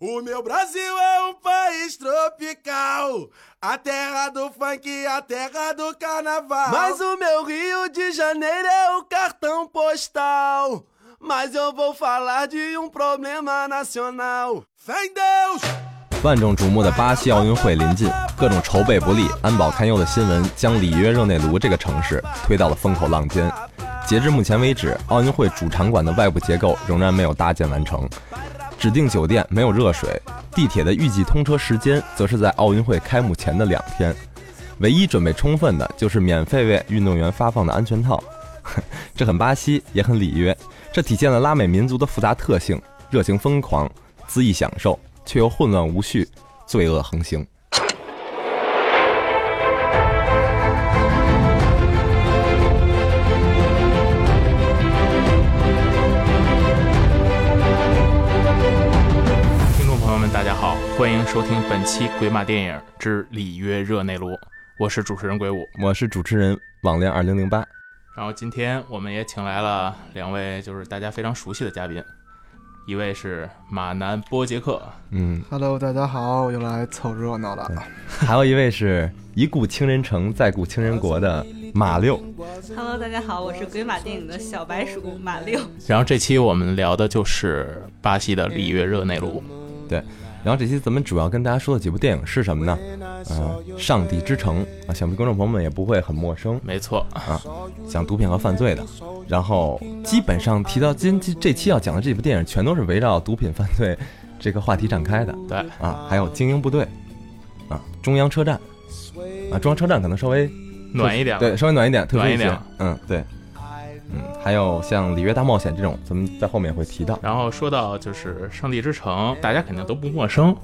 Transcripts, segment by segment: O meu Brasil é um país tropical, a terra do funk, a terra do carnaval. Mas o meu Rio de Janeiro é o cartão postal. Mas eu vou falar de um problema nacional. Fé em Deus! 万众瞩目的巴西奥运会临近，各种筹备不力、安保堪忧的新闻将里约热内卢这个城市推到了风口浪尖。截至目前为止，奥运会主场馆的外部结构仍然没有搭建完成，指定酒店没有热水，地铁的预计通车时间则是在奥运会开幕前的两天。唯一准备充分的就是免费为运动员发放的安全套，这很巴西，也很里约，这体现了拉美民族的复杂特性，热情疯狂，恣意享受，却又混乱无序，罪恶横行。听众朋友们，大家好，欢迎收听本期《鬼马电影之里约热内卢》，我是主持人鬼武。我是主持人网恋二零零八，然后今天我们也请来了两位就是大家非常熟悉的嘉宾，一位是马南波杰克，嗯， Hello，大家好，我又来凑热闹了。还有一位是一顾倾人城，再顾倾人国的马六， Hello，大家好，我是鬼马电影的小白鼠马六。然后这期我们聊的就是巴西的里约热内卢。然后这期咱们主要跟大家说的几部电影是什么呢？呃，《上帝之城》啊，想必观众朋友们也不会很陌生，没错，讲毒品和犯罪的。然后基本上提到今这这期要讲的这部电影，全都是围绕毒品犯罪这个话题展开的对，啊，还有精英部队啊，中央车站啊，中央车站可能稍微暖一点，对，稍微暖一点，特殊暖一一些点。嗯，对，嗯，还有像《里约大冒险》这种，咱们在后面会提到。然后说到就是《上帝之城》，大家肯定都不陌生。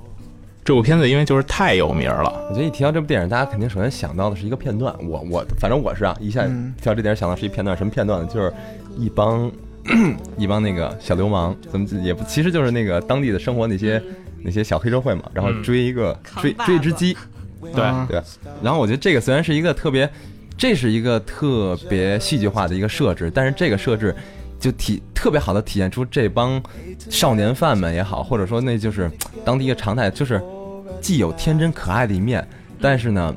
这部片子因为就是太有名了，我觉得一提到这部电影，大家肯定首先想到的是一个片段。我我反正我是啊，一下嗯提到这点想到是一片段，什么片段呢？就是一帮 一帮那个小流氓，怎么也不，其实就是那个当地的生活那些那些小黑社会嘛，然后嗯追一个、扛追把追一只子鸡，对，啊对，然后我觉得这个虽然是一个特别，这是一个特别戏剧化的一个设置，但是这个设置就体特别好的体现出这帮少年犯们也好，或者说那就是当地一个常态，就是既有天真可爱的一面，但是呢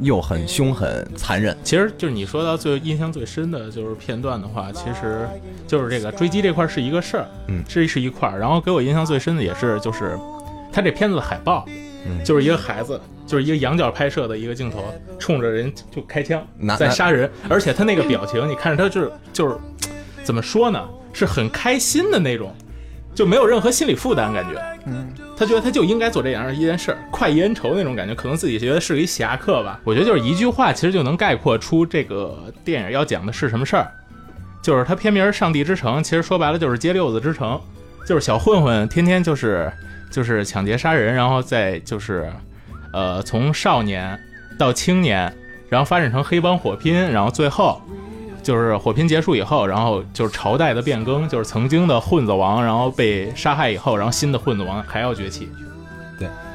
又很凶狠残忍。其实就是你说到最印象最深的就是片段的话，其实就是这个追击这块是一个事儿，嗯这是一块儿。然后给我印象最深的也是就是他这片子的海报，嗯就是一个孩子，就是一个仰角拍摄的一个镜头，冲着人就开枪拿在拿杀人，而且他那个表情，你看着他就是就是怎么说呢，是很开心的那种，就没有任何心理负担感觉。嗯，他觉得他就应该做这样一件事儿，快意恩仇那种感觉，可能自己觉得是一侠客吧。我觉得就是一句话，其实就能概括出这个电影要讲的是什么事儿，就是它片名《上帝之城》，其实说白了就是街溜子之城，就是小混混天天就是就是抢劫杀人，然后再就是呃从少年到青年，然后发展成黑帮火拼，然后最后。就是火拼结束以后，然后就是朝代的变更，就是曾经的混子王，然后被杀害以后，然后新的混子王还要崛起。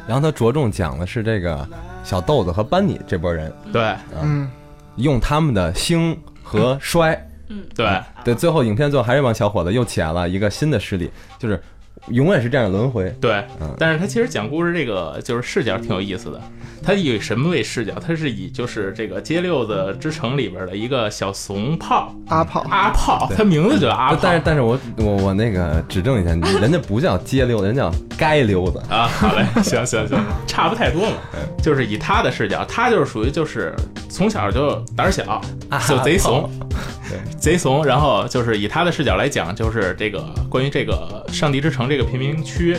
然后他着重讲的是这个小豆子和班尼这波人，对嗯，用他们的兴和衰。嗯，对，对，最后影片最后还是一帮小伙子又起来了一个新的势力，就是永远是这样的轮回。对嗯，但是他其实讲故事这个就是视角挺有意思的。他以什么为视角？他是以就是这个街溜子之城里边的一个小怂炮阿炮，嗯阿炮，他名字就叫阿炮。但是但是我我我那个指正一下，你人家不叫街溜，人家叫街溜子。啊，好嘞，行 行行，差不太多嘛。嗯就是以他的视角，他就是属于就是从小就胆儿小，啊就贼哦怂，贼怂。然后就是以他的视角来讲，就是这个关于这个上帝之城这个贫民区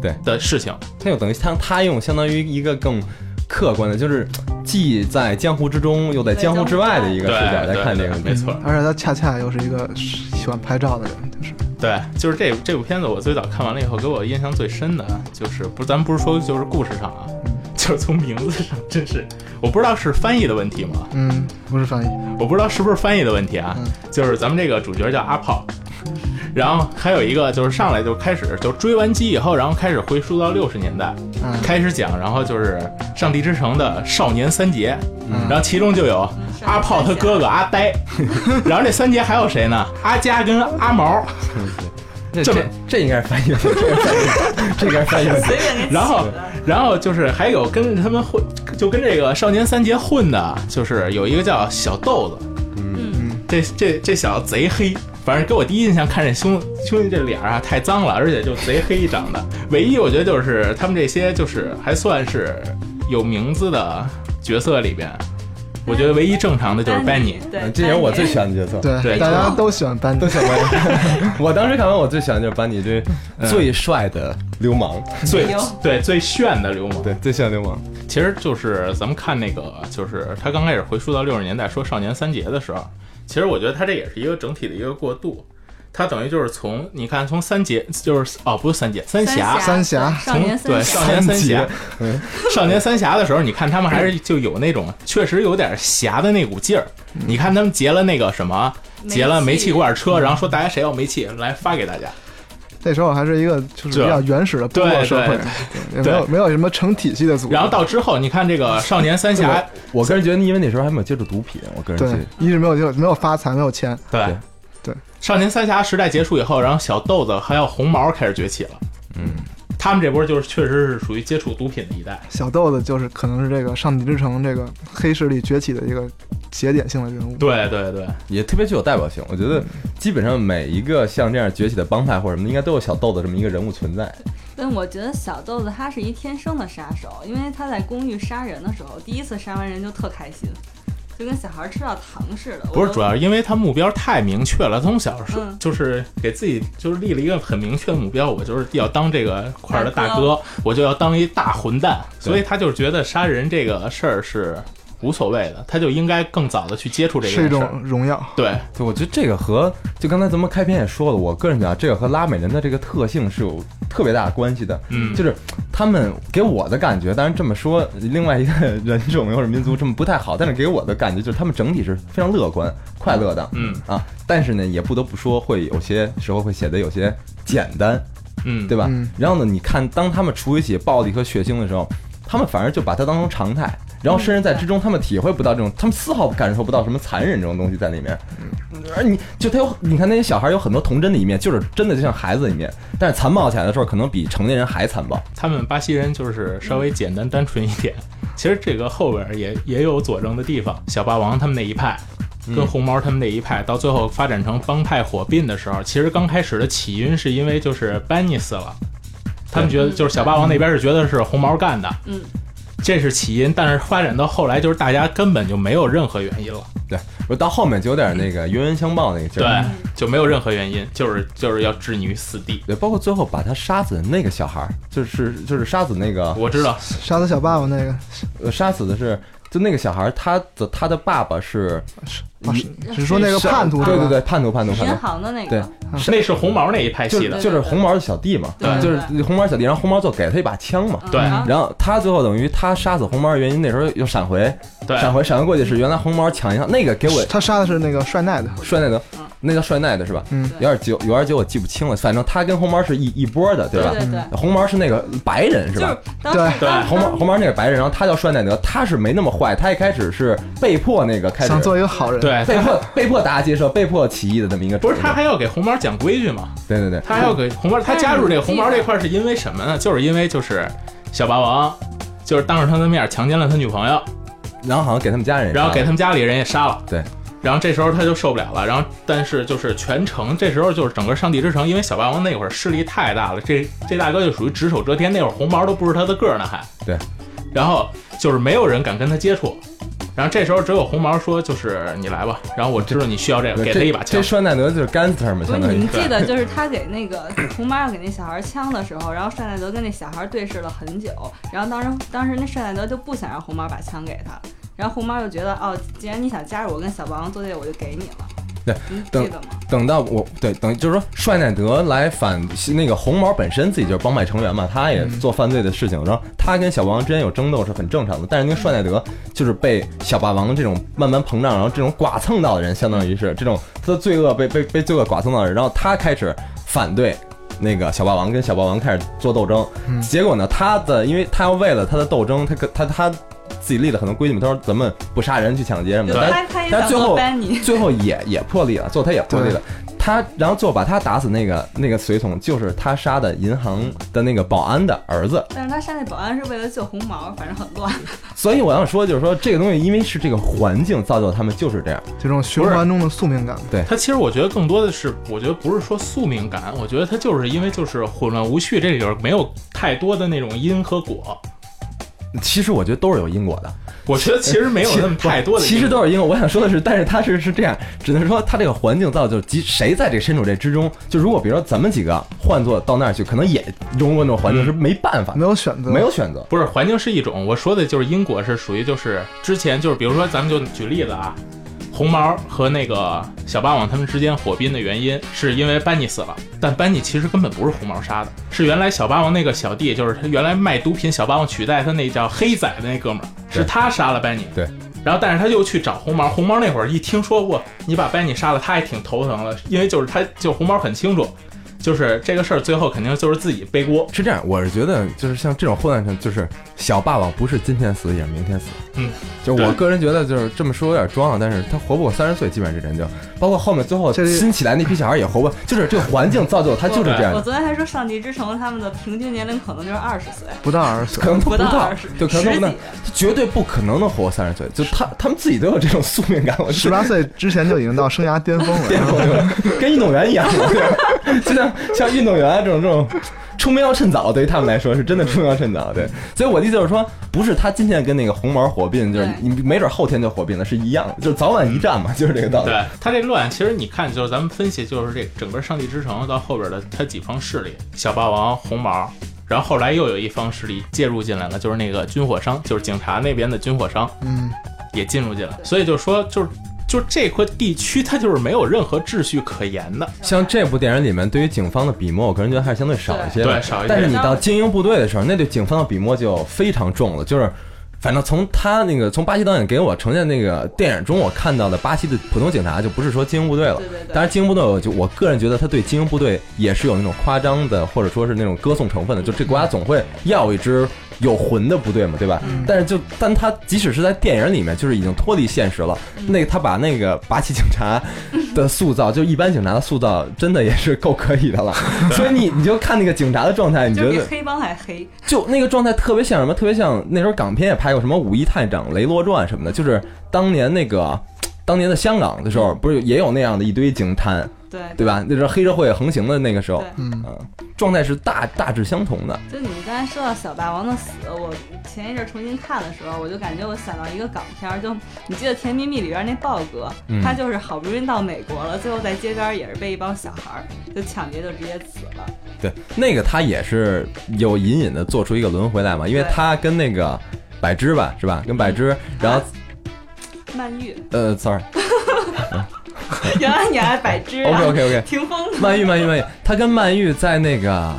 对的事情，他又等于他他用相当于一个更客观的，就是既在江湖之中又在江湖之外的一个对视角来对看这个对问没题。错。而且他恰恰又是一个喜欢拍照的人，就是对，就是这这部片子，我最早看完了以后，给我印象最深的啊就是不，咱们不是说就是故事上啊，嗯就是从名字上，真是我不知道是翻译的问题吗？嗯，不是翻译，我不知道是不是翻译的问题啊，就是咱们这个主角叫阿炮，嗯然后还有一个就是上来就开始就追完机以后，然后开始回溯到六十年代嗯开始讲，然后就是《上帝之城》的少年三杰，嗯然后其中就有阿炮他哥哥阿呆，然后这三杰还有谁呢？阿佳跟阿毛，这这么这这应该是翻译的，这应该是翻译的。 随便给起然后了，然后就是还有跟他们混，就跟这个少年三杰混的，就是有一个叫小豆子，嗯，这这这小子贼黑，反正给我第一印象看这兄兄弟这脸儿啊太脏了，而且就贼黑长的。 唯一我觉得就是他们这些就是还算是有名字的角色里边，我觉得唯一正常的就是班尼。对，这也是我最班尼喜欢的角色。对对，大家都喜欢班尼都，想我，我当时看完我最喜欢就是班尼这嗯最帅的流氓，最流对最炫的流氓。对，最炫流氓。其实就是咱们看那个，就是他刚开始回溯到六十年代说少年三杰的时候，其实我觉得他这也是一个整体的一个过渡，他等于就是从你看从三杰就是哦不是三杰三侠峡。三峡对少从年对三少侠，年三三侠杰，少年三侠的时候，你看他们还是就有那种确实有点侠的那股劲儿。你看他们劫了那个什么，劫了煤气罐车，然后说大家谁要煤气来发给大家。 那时候还是一个就是对比较原始的部落对社会对，也没对有没有什么成体系的组织，然后到之后，你看这个少年三侠，我个人觉得，因为那时候还没有接触毒品，我个人觉对得，一直没有就没有发财，没有钱，对对少年三侠时代结束以后，然后小豆子还有红毛开始崛起了。嗯，他们这波就是确实是属于接触毒品的一代。小豆子就是可能是这个上帝之城这个黑势力崛起的一个节点性的人物。对对对，也特别具有代表性。我觉得基本上每一个像这样崛起的帮派或者什么的，应该都有小豆子这么一个人物存在。但我觉得小豆子他是一天生的杀手，因为他在公寓杀人的时候，第一次杀完人就特开心，就跟小孩吃到糖似的。不是我主要是因为他目标太明确了，从小是、嗯就是给自己就是立了一个很明确的目标，我就是要当这个块儿的大大哥哥，我就要当一大混蛋，对所以他就是觉得杀人这个事儿是无所谓的，他就应该更早的去接触这是一个事种儿。荣耀，对，对，我觉得这个和就刚才咱们开篇也说了，我个人觉得啊这个和拉美人的这个特性是有特别大的关系的。嗯就是他们给我的感觉，当然这么说，另外一个人种或者民族这么不太好，但是给我的感觉就是他们整体是非常乐观、快乐的。嗯啊，但是呢，也不得不说，会有些时候会显得有些简单，嗯，对吧？嗯然后呢，你看，当他们处理起暴力和血腥的时候，他们反而就把它当成常态，然嗯后甚至在之中，他们体会不到这种，他们丝毫感受不到什么残忍这种东西在里面。嗯而你就他有，你看那些小孩有很多童真的一面，就是真的就像孩子的一面，但是残暴起来的时候，可能比成年人还残暴。他们巴西人就是稍微简单单纯一点。其实这个后边儿也也有佐证的地方，小霸王他们那一派。跟红毛他们那一派，到最后发展成帮派火并的时候，其实刚开始的起因是因为就是班尼死了，他们觉得就是小霸王那边是觉得是红毛干的，嗯，这是起因，但是发展到后来就是大家根本就没有任何原因了，对，我到后面就有点那个冤冤相报那个劲对儿。，就没有任何原因，就是就是要置你于死地。对，包括最后把他杀死的那个小孩儿，就是就是杀死那个我知道，杀死小霸王那个啊呃杀死的是就那个小孩儿，他的他的爸爸是，啊是只说那个是叛徒对是吧对对，叛徒叛徒银叛徒，行的那对个，嗯那是红毛那一派就系是的，就是红毛的小弟嘛，对就是红毛小弟，然后红毛就给他一把枪嘛，嗯对然后然后他最后等于他杀死红毛的原因，那时候又闪回，对，闪回闪回过去是原来红毛抢一下那个给我他杀的是那个帅奈的，帅奈德嗯，那叫帅奈德是吧？嗯有点久，有点久我记不清了，反正他跟红毛是一一波的，对对吧？对对，红毛是那个白人是就是吧？当对时当时红毛红毛那个白人，然后他叫帅奈德，他是没那么坏，他一开始是被迫那个开始想做一个好人，对，被迫被迫大家接受，被迫起义的这么一个不种是族他还要给红毛讲规矩嘛？对对对，他还要给红毛，他加入这个红毛这块是因为什么呢？就是因为就是小霸王，就是当着他的面强奸了他女朋友，然后好像给他们家人，然后给他们家里人也杀了。对。然后这时候他就受不了了，然后但是就是全城这时候就是整个上帝之城，因为小霸王那会儿势力太大了，这这大哥就属于只手遮天，那会儿红毛都不是他的个儿呢还。对。然后就是没有人敢跟他接触，然后这时候只有红毛说就是你来吧，然后我知道你需要这对个，给他这一把枪这。帅奈德就是 gangster 嘛，不是相当你于们记得，就是他给那个红妈要给那小孩枪的时候，然后单奈德跟那小孩对视了很久，然后当时当时那单奈德就不想让红妈把枪给他，然后红妈就觉得哦，既然你想加入我跟小霸王作对，我就给你了。对，你记等得吗？等到我对等，就是说帅奈德来反那个红毛本身自己就是帮派成员嘛，他也嗯做犯罪的事情，然后他跟小霸王之间有争斗是很正常的，但是那个帅奈德就是被小霸王这种慢慢膨胀，然后这种剐蹭到的人，相当于是这种他的罪恶被被被罪恶剐蹭到的人，然后他开始反对。那个小霸王跟小霸王开始做斗争，嗯结果呢，他的因为他要为了他的斗争，他跟他他自己立了很多规矩嘛，他说咱们不杀人去抢劫什么就的，但他他也但想最后做班尼，最后也也破例了，最后他也破例了。他他，然后最后把他打死那个那个随从，就是他杀的银行的那个保安的儿子。但是他杀那保安是为了救红毛，反正很乱。所以我想说，就是说这个东西，因为是这个环境造就他们就是这样。就这种循环中的宿命感。他其实我觉得更多的是，我觉得不是说宿命感，我觉得他就是因为就是混乱无序，这里边没有太多的那种因和果。其实我觉得都是有因果的，我觉得其实没有那么太多的因其实都是因果。我想说的是，但是他是是这样，只能说他这个环境造就，即谁在这个身处这之中，就如果比如说咱们几个换做到那儿去，可能也融入那种环嗯境是没办法的，没有选择，没有选择。不是环境是一种，我说的就是因果是属于就是之前就是比如说咱们就举例子啊，红毛和那个小霸王他们之间火拼的原因是因为班尼死了，但班尼其实根本不是红毛杀的，是原来小霸王那个小弟，就是他原来卖毒品小霸王取代他那叫黑仔的那哥们儿，对是他杀了班尼。对。然后，但是他又去找红毛。红毛那会儿一听说过你把班尼杀了，他也挺头疼的，因为就是他就红毛很清楚，就是这个事儿最后肯定就是自己背锅。是这样，我是觉得就是像这种混乱性，就是小霸王不是今天死也是明天死。嗯，就我对个人觉得就是这么说有点装啊，但是他活不过三十岁，基本上这人就，包括后面最后这里新起来那批小孩也活不，就是这个环境造就他就是这样我。昨天还说《上帝之城》他们的平均年龄可能就是二十岁，不到二十岁可。能都不到，二十，就可能都不十几到，他绝对不可能能活过三十岁。就他他们自己都有这种宿命感，我十觉得八岁之前就已经到生涯巅 峰了，然后跟运动员一样， 对就像像运动员啊这种这种。出名要趁早，对于他们来说是真的出名要趁早。对，所以我的意思就是说，不是他今天跟那个红毛火并，就是对你没准后天就火并了，是一样的，就是早晚一战嘛，就是这个道理。嗯对他这乱，其实你看，就是咱们分析，就是这整个上帝之城到后边的他几方势力，小霸王、红毛，然后后来又有一方势力介入进来了，就是那个军火商，就是警察那边的军火商嗯，也进入进来，所以就说就是。就是这块地区，它就是没有任何秩序可言的。像这部电影里面，对于警方的笔墨，我个人觉得还是相对少一些的。对少一些但是你到精英部队的时候，那对警方的笔墨就非常重了。就是，反正从他那个从巴西导演给我呈现那个电影中，我看到的巴西的普通警察就不是说精英部队了。对对对当然，精英部队，我就我个人觉得他对精英部队也是有那种夸张的，或者说是那种歌颂成分的。就这国家总会要有一支有魂的部队嘛，对吧？嗯但是就，但他即使是在电影里面，就是已经脱离现实了。嗯那个他把那个八旗警察的塑造，就一般警察的塑造，真的也是够可以 的了。所以你你就看那个警察的状态，你觉就是比得黑帮还黑。就那个状态特别像什么？特别像那时候港片也拍过什么《五一探长雷洛传》什么的，就是当年那个。当年的香港的时嗯候，不是也有那样的一堆警探，对对吧？那时候黑社会横行的那个时候对，嗯，嗯，状态是大大致相同的。就你们刚才说到小霸王的死，我前一阵儿重新看的时候，我就感觉我想到一个港片儿，就你记得《甜蜜蜜》里边那豹哥，嗯他就是好不容易到美国了，最后在街边儿也是被一帮小孩儿就抢劫就直接死了。对，那个他也是有隐隐的做出一个轮回来嘛，因为对嗯他跟那个柏芝吧，是吧？跟柏芝，然后曼玉， 呃，sorry，原来你爱百只 OK 啊， OK OK，霆锋的哦 曼玉曼玉曼玉，他跟曼玉在那个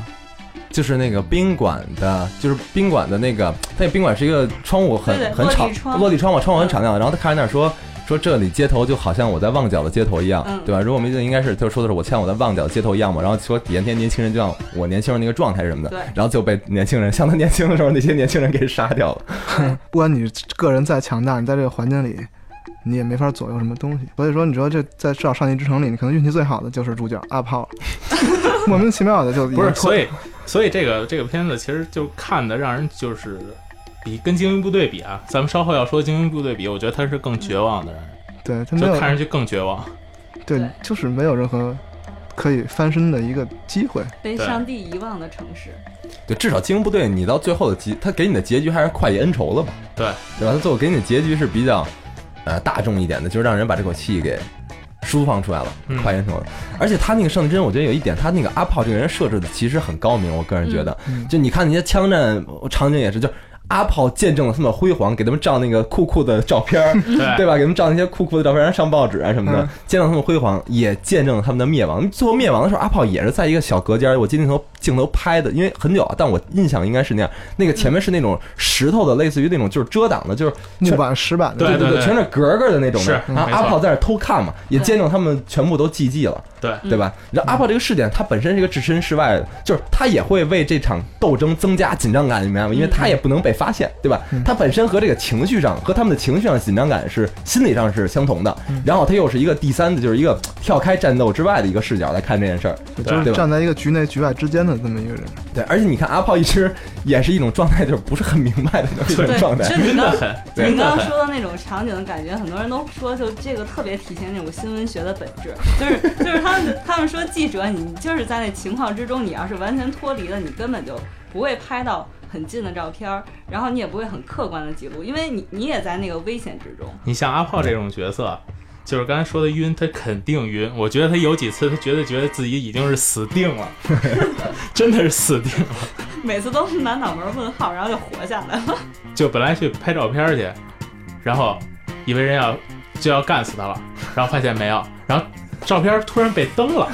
就是那个宾馆的，就是宾馆的那个，他那宾馆是一个窗户很对对很落地敞窗嗯落地窗户窗户很敞亮的，然后他看着那儿说。说这里街头就好像我在旺角的街头一样，嗯对吧？如果我没记错，应该是他说的是我像我在旺角的街头一样嘛。然后说底下那些年轻人就像我年轻人那个状态什么的，对然后就被年轻人像他年轻的时候那些年轻人给杀掉了。不管你个人再强大，你在这个环境里，你也没法左右什么东西。所以说，你说这在至少《上帝之城》里，你可能运气最好的就是主角阿炮， 莫名其妙的就已经不是，脱所以，所以这个这个片子其实就看的让人就是比跟精英部队比啊，咱们稍后要说精英部队比，我觉得他是更绝望的人，对他没就有看上去更绝望。对对，就是没有任何可以翻身的一个机 会。被对上帝遗忘的城市，对，至少精英部队你到最后的结，他给你的结局还是快意恩仇了吧？对，对吧？他最后给你的结局是比较，呃，大众一点的，就是让人把这口气给舒放出来了，嗯快意恩仇了。而且他那个圣真，我觉得有一点，他那个阿炮这个人设置的其实很高明，我个人觉得，嗯嗯就你看那些枪战场景也是，就是阿炮见证了他们的辉煌，给他们照那个酷酷的照片儿，对 对吧？给他们照那些酷酷的照片，让上报纸啊什么的嗯，见证他们辉煌，也见证了他们的灭亡。最后灭亡的时候，阿炮也是在一个小隔间儿，我记得那头镜头拍的，因为很久啊，但我印象应该是那样。那个前面是那种石头的，类似于那种就是遮挡的，就是木板、石板的，对对全是格格的那种的。是然后没阿错炮在那偷看嘛，也对嗯见证他们全部都寂寂了，对嗯对吧？然后阿炮这个事件，他本身是一个置身事外的，就是他也会为这场斗争增加紧张感，你明白吗？因为嗯他也不能被发现，对吧？他本身和这个情绪上和他们的情绪上的紧张感是心理上是相同的，嗯然后他又是一个第三的，就是一个跳开战斗之外的一个视角来看这件事儿，就对是吧？站在一个局内局外之间的这么一个人。对，而且你看阿炮一直也是一种状态，就是不是很明白的那种状态对，。 就你刚很你刚刚说的那种场景，感觉很多人都说，就这个特别体现那种新闻学的本质， 就是就是他们他们说记者，你就是在那情况之中，你要是完全脱离了，你根本就不会拍到很近的照片儿，然后你也不会很客观的记录，因为你你也在那个危险之中。 你像阿炮这种角色，就是刚才说的晕，他肯定晕。我觉得他有几次，他觉得觉得自己已经是死定了， 真的是死定了。每次都是满脑门问号，然后就活下来了。就本来去拍照片去，然后以为人要就要干死他了，然后发现没有，然后照片突然被登了，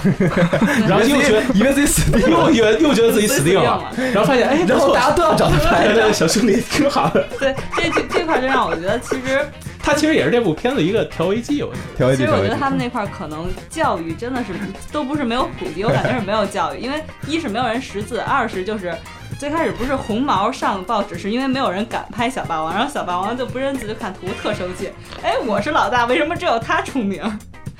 然后又觉得以为自己死定了，又 以为又觉 得自己死定了了，然后发现哎，然后不错大家都要找他拍哎，。对，小兄弟挺好的。对，这这这块儿就让我觉得，其实他其实也是这部片子一个调味剂，我觉调一其剂，实调我一剂觉得。他们那块儿可能教育真的是都不是没有普及，我感觉是没有教育，因为一是没有人识字，二是就是最开始不是红毛上报纸是因为没有人敢拍小霸王，然后小霸王就不认字就看图，特生气。哎，我是老大，为什么只有他出名？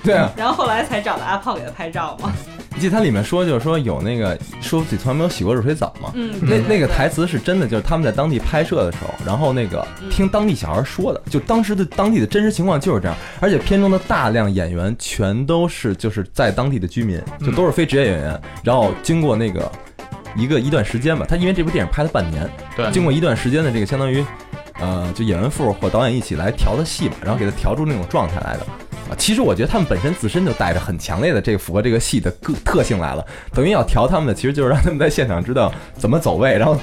对啊，然后后来才找到阿炮给他拍照嘛。你记得它里面说，就是说有那个说自己从来没有洗过热水澡嘛。嗯，那对那个对台词是真的，就是他们在当地拍摄的时候，然后那个嗯听当地小孩说的，就当时的当地的真实情况就是这样。而且片中的大量演员全都是就是在当地的居民，就都是非职业演员。然后经过那个一个一段时间吧，他因为这部电影拍了半年，对经过一段时间的这个相当于呃，就演员副或导演一起来调的戏嘛，然后给他调出那种状态来的。啊，其实我觉得他们本身自身就带着很强烈的这个符合这个戏的个特性来了，等于要调他们的，其实就是让他们在现场知道怎么走位，然后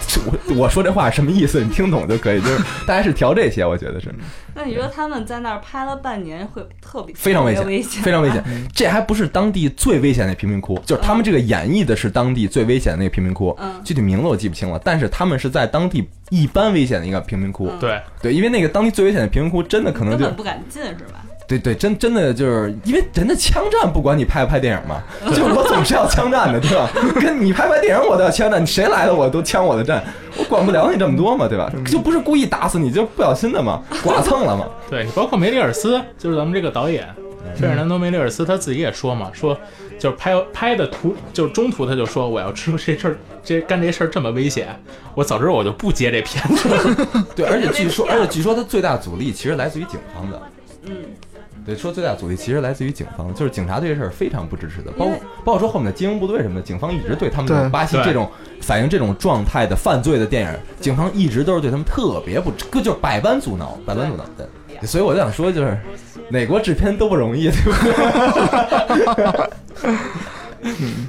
我我说这话什么意思，你听懂就可以，就是大家是调这些，我觉得是 那你说他们在那儿拍了半年，会特别非常危特险，别危险，非常危险。这还不是当地最危险的贫民窟，就是他们这个演绎的是当地最危险的那个贫民窟，嗯具体名字我记不清了，但是他们是在当地一般危险的一个贫民窟，嗯对，对，因为那个当地最危险的贫民窟真的可能根就本不敢进是吧？对对，真真的就是因为人的枪战，不管你拍不拍电影嘛，就是我总是要枪战的，对吧？ 跟你拍拍电影，我都要枪战，你谁来了我都枪我的战，我管不了你这么多嘛，对吧？就不是故意打死你，就不小心的嘛，剐蹭了嘛。对，包括梅里尔斯，就是咱们这个导演，嗯费尔南多·梅里尔斯他自己也说嘛，说就是拍拍的途，就是中途他就说我要知道这事儿，这干这事儿这么危险，我早知道我就不接这片子了。对，而且据说，而且据说他最大阻力其实来自于警方的。嗯。对，说最大阻力其实来自于警方，就是警察对这事儿非常不支持的，包括包括说后面的精英部队什么的，警方一直对他们这种对巴西对这种反映这种状态的犯罪的电影，警方一直都是对他们特别不，就是百般阻挠，百般阻挠。对，所以我就想说，就是哪国制片都不容易，对吧？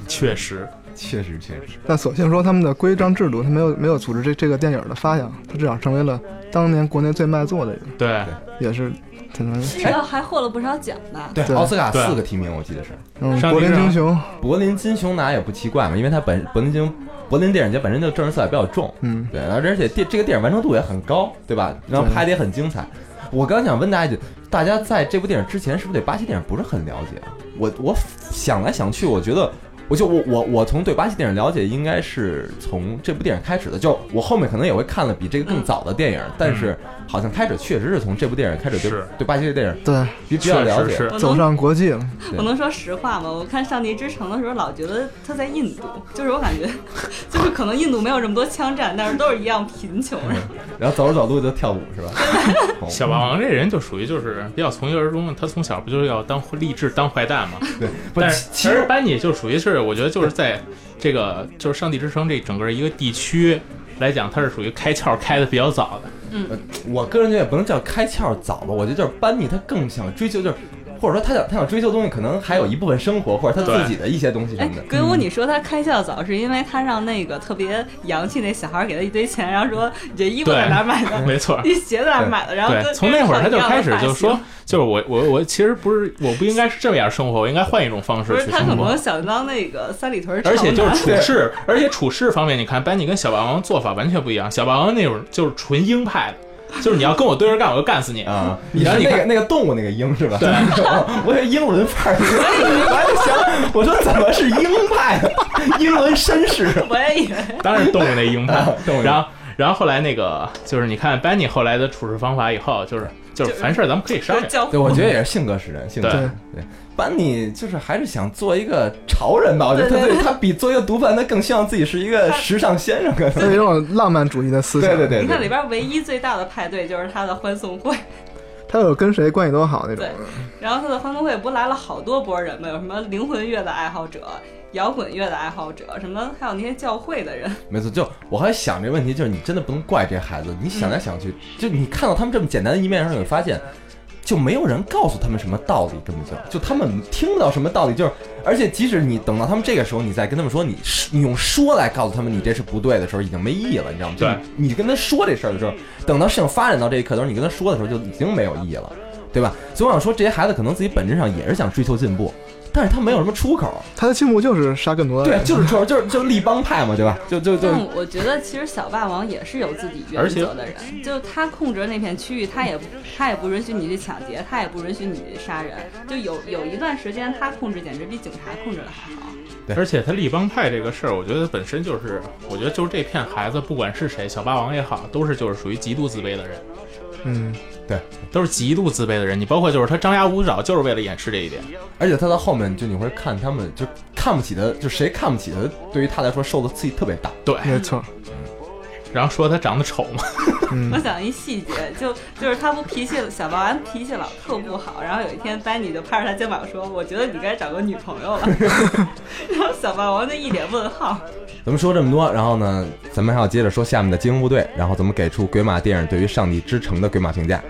确实， 确实，确实，但所幸说他们的规章制度，他没有没有组织这这个电影的发扬，他至少成为了当年国内最卖座的人，对也是可能这个还获了不少奖呢。对，对奥斯卡对四个提名，我记得是嗯上帝柏林是吧英雄，柏林金熊拿也不奇怪嘛，因为它本柏林金柏林电影节本身就政治色彩比较重，嗯，对，而且电这个电影完成度也很高，对吧？然后对拍的也很精彩。我刚想问大家一句，大家在这部电影之前是不是对巴西电影不是很了解？我我想来想去，我觉得，我就我我我从对巴西电影了解应该是从这部电影开始的，就我后面可能也会看了比这个更早的电影，但是好像开始确实是从这部电影开始对是对巴西的电影对，比比较确了实解。是。我走能上国际了，对我能说实话吗？我看《上帝之城》的时候，老觉得他在印度，就是我感觉， 就是可能印度没有这么多枪战，但是都是一样贫穷。嗯然后然后走着走路就跳舞是吧？哦小霸王这人就属于就是比较从一而终，他从小不就是要当立志当坏蛋嘛？对，不但是是其其实实班尼就属于是，我觉得就是在这个就是上帝之城这整个一个地区来讲，他是属于开窍开的比较早的。呃，我个人觉得也不能叫开窍早吧，我觉得就是班尼他更想追求就是或者说他想他想追求的东西，可能还有一部分生活或者他自己的一些东西什哎么的，。鬼嗯武，你说他开校早是因为他让那个特别洋气那小孩给他一堆钱，然后说你这衣服在哪儿买的， 没错儿。你鞋在哪儿买的，然后对，跟从那会儿他就开始就说，，就是我我我其实不是我不应该是这样生活，我应该换一种方式不是去他可生活能。想当那个三里屯儿而且少就是男处事，而且处事方面，你看班尼跟小霸王做法完全不一样。小霸王那种就是纯鹰派的，就是你要跟我对着干，我就干死哎你。啊，你然是后你那看个那个动物那个鹰是吧？对我以为英伦范儿， 我还在想，我说怎么是鹰派，英伦绅士。我也以为当然动物那鹰派动物那 然后，然后后来那个就是你看班尼后来的处事方法以后，就是就是啊就是凡事咱们可以商量。教对，我觉得也是性格使然，性格使然对。班尼就是还是想做一个潮人吧，我觉得他对对对他比做一个毒贩，他更希望自己是一个时尚先生，可有能。一种浪漫主义的思想。对对对，你看里边儿唯一最大的派对就是他的欢送会，他有跟谁关系都好那种对。然后他的欢送会不来了好多波人嘛，有什么灵魂乐的爱好者、摇滚乐的爱好者，什么还有那些教会的人，没错，就我还想这个问题，就是你真的不能怪这孩子，你想来想去，就你看到他们这么简单的一面，然后你会发现，就没有人告诉他们什么道理，根本就就他们听到什么道理，就是而且即使你等到他们这个时候，你再跟他们说你是你用说来告诉他们你这是不对的时候，已经没意义了，你知道吗？就对你，你跟他说这事儿的时候，等到事情发展到这一刻的时候，你跟他说的时候就已经没有意义了，对吧？所以我想说，这些孩子可能自己本质上也是想追求进步。但是他没有什么出口，他的进步就是杀更多的对，人。就是就是就是就是立邦派嘛，对吧？就就就但我觉得其实小霸王也是有自己原则的人，就他控制那片区域，他也不他也不允许你去抢劫，他也不允许你去杀人。就有有一段时间，他控制简直比警察控制的还好。对而且他立帮派这个事儿，我觉得本身就是，我觉得就是这片孩子，不管是谁，小霸王也好，都是就是属于极度自卑的人，嗯，都是极度自卑的人。你包括就是他张牙舞爪，就是为了掩饰这一点。而且他到后面就你会看他们就看不起他，就谁看不起他，对于他来说受的刺激特别大。对，没错。然后说他长得丑嘛，我嗯，想一细节，就就是他不脾气，小霸王脾气老特不好。然后有一天，班尼就拍着他肩膀说：“我觉得你该找个女朋友了。” 然后小霸王就一脸问号。咱们说这么多，然后呢，咱们还要接着说下面的精英部队，然后咱们给出《鬼马》电影对于《上帝之城》的鬼马评价。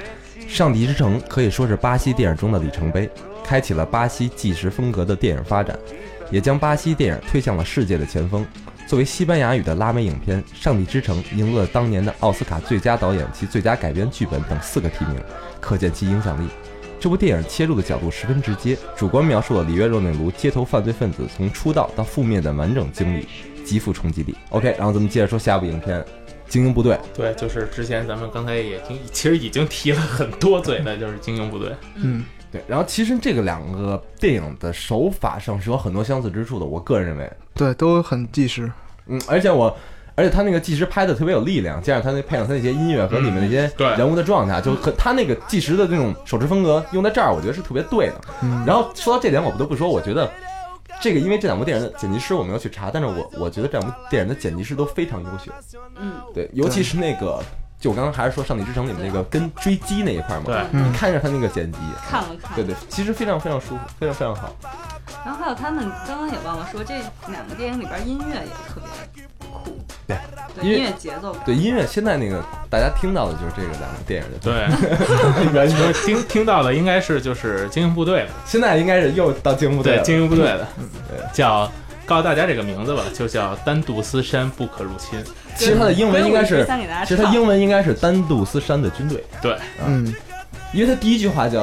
《上帝之城》可以说是巴西电影中的里程碑，开启了巴西纪实风格的电影发展，也将巴西电影推向了世界的前锋。作为西班牙语的拉美影片，《上帝之城》赢得了当年的奥斯卡最佳导演及最佳改编剧本等四个提名，可见其影响力。这部电影切入的角度十分直接，主观描述了里约热内卢街头犯罪分子从出道到覆灭的完整经历，极富冲击力。OK，然后咱们接着说下部影片《精英部队》。 对，就是之前咱们刚才也经其实已经提了很多嘴的，就是精英部队。嗯，对，然后其实这个两个电影的手法上是有很多相似之处的，我个人认为，对，都很纪实。嗯，而且我。而且他那个纪实拍的特别有力量，加上他那配上他那些音乐和里面那些对人物的状态，就很他那个纪实的这种手持风格用在这儿，我觉得是特别对的。嗯，然后说到这点，我不得不说，我觉得这个因为这两部电影的剪辑师我没有去查，但是我我觉得这两部电影的剪辑师都非常优秀。嗯，对，尤其是那个，就我刚刚还是说《上帝之城》里面那个跟追击那一块嘛，对，嗯你看一下他那个剪辑，看了看。对对，其实非常非常舒服，非常非常好。然后还有他们刚刚也忘了说，这两个电影里边音乐也特别酷，对，对因为音乐节奏感，对音乐，现在那个大家听到的就是这个两个电影的， 对，我听听到的应该是就是精英部队了，现在应该是又到精英部队对，嗯了。精英部队 的对，叫告诉大家这个名字吧，就叫单独私山不可入侵。其实它的英文应该是，想给大家其实它英文应该是丹杜斯山的军队，对嗯，因为它第一句话叫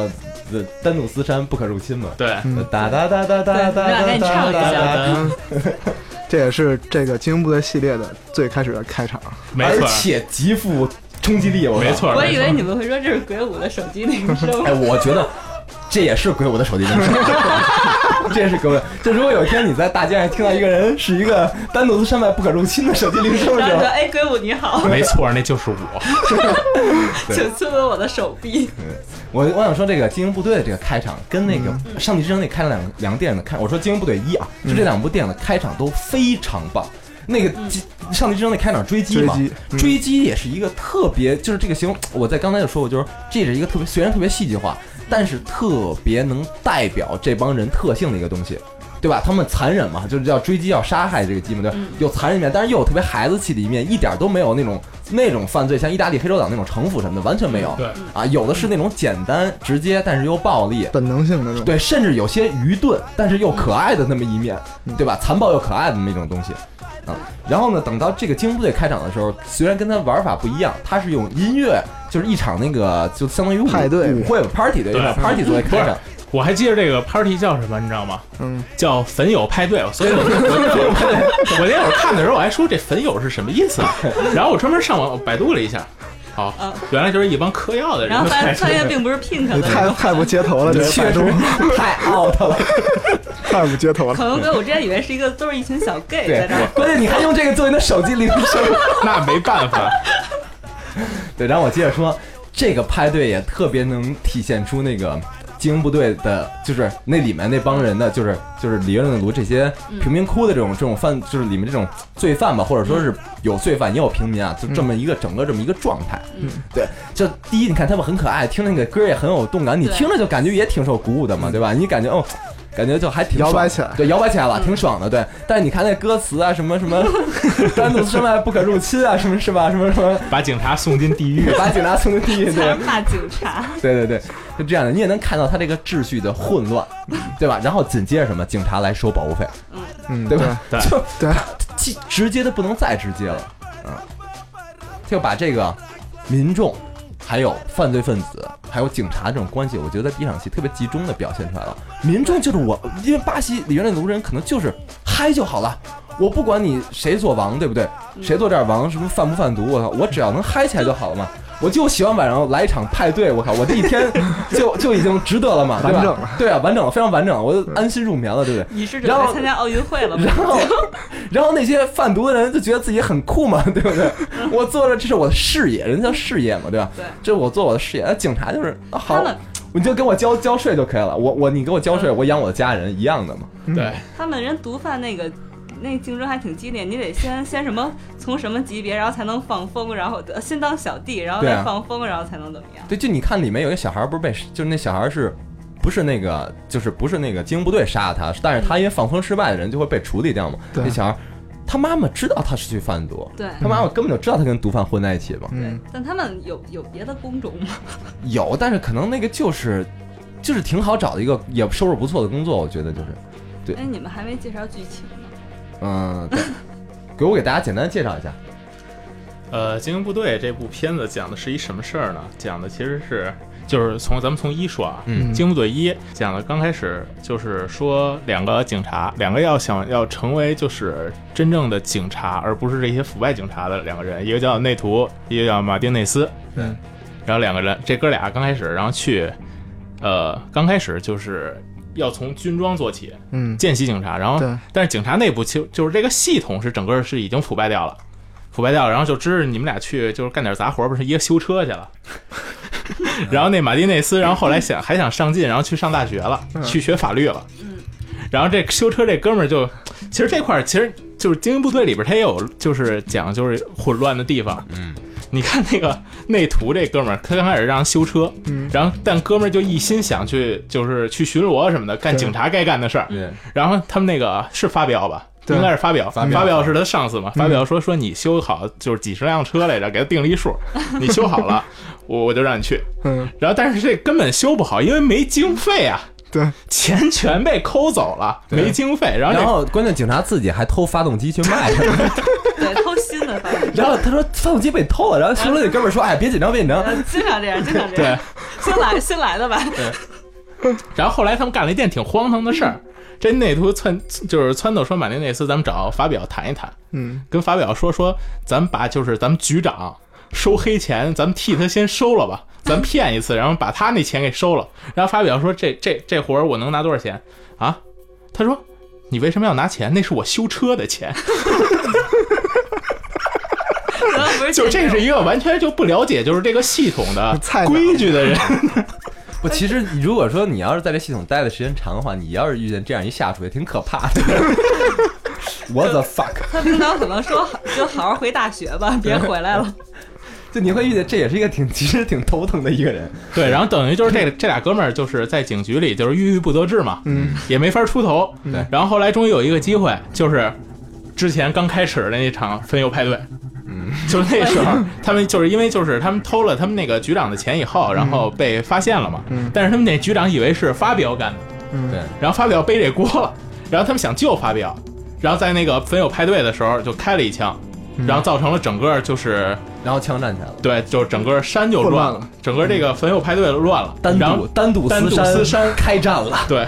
呃“丹杜斯山不可入侵”嘛。对，嗯哒哒哒哒哒哒对我哒俩给你唱哒一哒下哒。嗯 这也是这个精英部队系列的最开始的开场。没而错，且极富冲击力，我没错，我以没为错你们会说这是鬼舞的手机 铃声哎，，我觉得这也是鬼我的手机铃 声，这也是鬼我。就如果有一天你在大街上听到一个人是一个单独的山脉不可入侵的手机铃声的然后时你候说，哎，鬼舞你好，没错，那就是我。 对请亲吻我的手臂。我我想说这个精英部队的这个开场跟那个嗯上帝之城那开了两两个电影的开，我说精英部队一啊，就这两部电影的开场都非常棒。那个机上帝之城那开场追击追嘛，击，嗯追击也是一个特别，就是这个形容，我在刚才就说过，就是这是一个特别，虽然特别戏剧化，但是特别能代表这帮人特性的一个东西。对吧？他们残忍嘛，就是叫追击、要杀害这个基本对吧，嗯有残忍一面，但是又有特别孩子气的一面，一点都没有那种那种犯罪，像意大利黑手党那种城府什么的，完全没有。对啊，有的是那种简单直接，但是又暴力。本能性的这种。对，甚至有些愚钝，但是又可爱的那么一面，嗯对吧？残暴又可爱的那么一种东西，啊。然后呢，等到这个精英部队开场的时候，虽然跟他玩法不一样，他是用音乐，就是一场那个就相当于舞派对舞会吧 party 的一对场 party 作为开场，我还记得这个 party 叫什么，你知道吗？嗯，叫粉友派对，所以我我我那会儿看的时候，我还说这粉友是什么意思，然后我专门上网百度了一下，好嗯，原来就是一帮嗑药的人然后发在现穿越这并不是 pink 的你太那种，太不街头了，这个确百实度太 out 了。太不街头了。 可能哥，我之前以为是一个都是一群小 gay 对在 这儿，，关键你还用这个作为你的手机铃声。那没办法，对，然后我接着说，这个派对也特别能体现出那个精英部队的，就是那里面那帮人的，就是就是里约热内卢这些嗯贫民窟的这种这种犯，就是里面这种罪犯吧，或者说是有罪犯也有平民啊，嗯就这么一个整个这么一个状态。嗯，对，就第一，你看他们很可爱，听那个歌也很有动感，你对听着就感觉也挺受鼓舞的嘛，对吧？你感觉哦。感觉就还挺嗯摇摆爽起来对，摇摆起来嗯了，挺爽的，对。但是你看那歌词啊，什么什么， 单独身外不可入侵啊，什么是吧？什么什么，把警察送进地狱。把警察送进地狱，对 才骂警察。对对对，是这样的。你也能看到他这个秩序的混乱，嗯对吧？然后紧接着什么，警察来收保护费，嗯，对对吧？对就对既直接的不能再直接了，嗯，就把这个民众。还有犯罪分子，还有警察这种关系，我觉得在第一场戏特别集中的表现出来了。民众就是我，因为巴西里约热内卢人可能就是嗨就好了，我不管你谁做王，对不对？谁做这儿王，什么贩不贩毒，我靠，我只要能嗨起来就好了嘛。我就喜欢晚上来一场派对，我靠，我这一天 就就已经值得了嘛，对吧？完整了对啊，完整了，非常完整了，我就安心入眠了，对不对？你是准备参加奥运会了吗然？后，然后那些贩毒的人就觉得自己很酷嘛， 对不对？ 我做了，这是我的事业，人家叫事业嘛，对吧？对这是我做我的事业。那警察就是、啊、好他们，嗯你就给我交交税就可以了。我我你给我交税，我养我的家人一样的嘛。对，他们人毒贩那个。那竞争还挺激烈，你得先先什么从什么级别，然后才能放风，然后呃先当小弟，然后对啊再放风，然后才能怎么样？对，就你看里面有一个小孩，不是被就是那小孩是。不是那个，就是不是那个精英部队杀的他，但是他因为放风失败的人就会被处理掉嘛。对那小孩，他妈妈知道他是去贩毒，对他妈妈根本就知道他跟毒贩混在一起嘛。对嗯，，但他们有有别的工种吗？有，但是可能那个就是就是挺好找的一个也收入不错的工作，我觉得就是，对哎，你们还没介绍剧情呢。 嗯，对 给我给大家简单介绍一下，呃，《精英部队》这部片子讲的是一什么事儿呢？讲的其实是就是从咱们从一说啊，嗯精英部队一》讲的刚开始就是说两个警察，两个要想要成为就是真正的警察，而不是这些腐败警察的两个人，一个叫内图，一个叫马丁内斯。嗯，然后两个人，这哥俩刚开始，然后去，呃，刚开始就是要从军装做起，嗯，见习警察，然后对但是警察内部其实就是这个系统是整个是已经腐败掉了，腐败掉了，然后就知你们俩去就是干点杂活儿，不是一个修车去了， 然后那马丁内斯，然后后来想还想上进，然后去上大学了，嗯去学法律了，然后这修车这哥们儿就，其实这块儿其实就是精英部队里边儿他也有就是讲就是混乱的地方，嗯。你看那个内图这哥们儿，他刚开始让人修车，嗯然后但哥们儿就一心想去，就是去巡逻什么的，干对警察该干的事儿。对，然后他们那个是发表吧？对应该是发表，发表嗯是他上司嘛？发表说说你修好就是几十辆车来着，给他定了 一数，你修好了，我我就让你去。嗯，然后但是这根本修不好，因为没经费啊，对，嗯钱全被抠走了，对没经费。然后然这后关键警察自己还偷发动机去卖， 对，偷新的发现。然后他说发动机被偷了，然后修车那哥们儿说，哎，别紧张，别紧张，呃，经常这样，经常这样。新来新来的吧，然后后来他们干了一件挺荒唐的事儿，这内图撺就是撺掇说马丁内斯，咱们找法表谈一谈，嗯，跟法表说说，咱们把就是咱们局长收黑钱，咱们替他先收了 吧，咱们骗一次，然后把他那钱给收了。然后法表说这这这活儿我能拿多少钱啊？他说你为什么要拿钱？那是我修车的钱。 可能不是就这是一个完全就不了解就是这个系统的 菜鸟规矩的人，不，其实如果说你要是在这系统待的时间长的话，你要是遇见这样一下属也挺可怕的。What the fuck？他领导可能说就好好回大学吧，别回来了。就你会遇见，这也是一个挺其实挺头疼的一个人。 对，然后等于就是这这俩哥们儿就是在警局里就是郁郁不得志嘛，嗯，也没法出头。对然后后来终于有一个机会，就是之前刚开始的那场分油派对，嗯，就是那时候他们就是因为就是他们偷了他们那个局长的钱以后，然后被发现了嘛。嗯但是他们那局长以为是发表干的，嗯，对然后发表背这锅了，然后他们想救发表，然后在那个分友派对的时候就开了一枪，然后造成了整个就是然后枪站起来了，对，就是整个山就混乱乱了，整个这个分友派对乱了，嗯单然后独单独单独厮厮杀开战了。 对，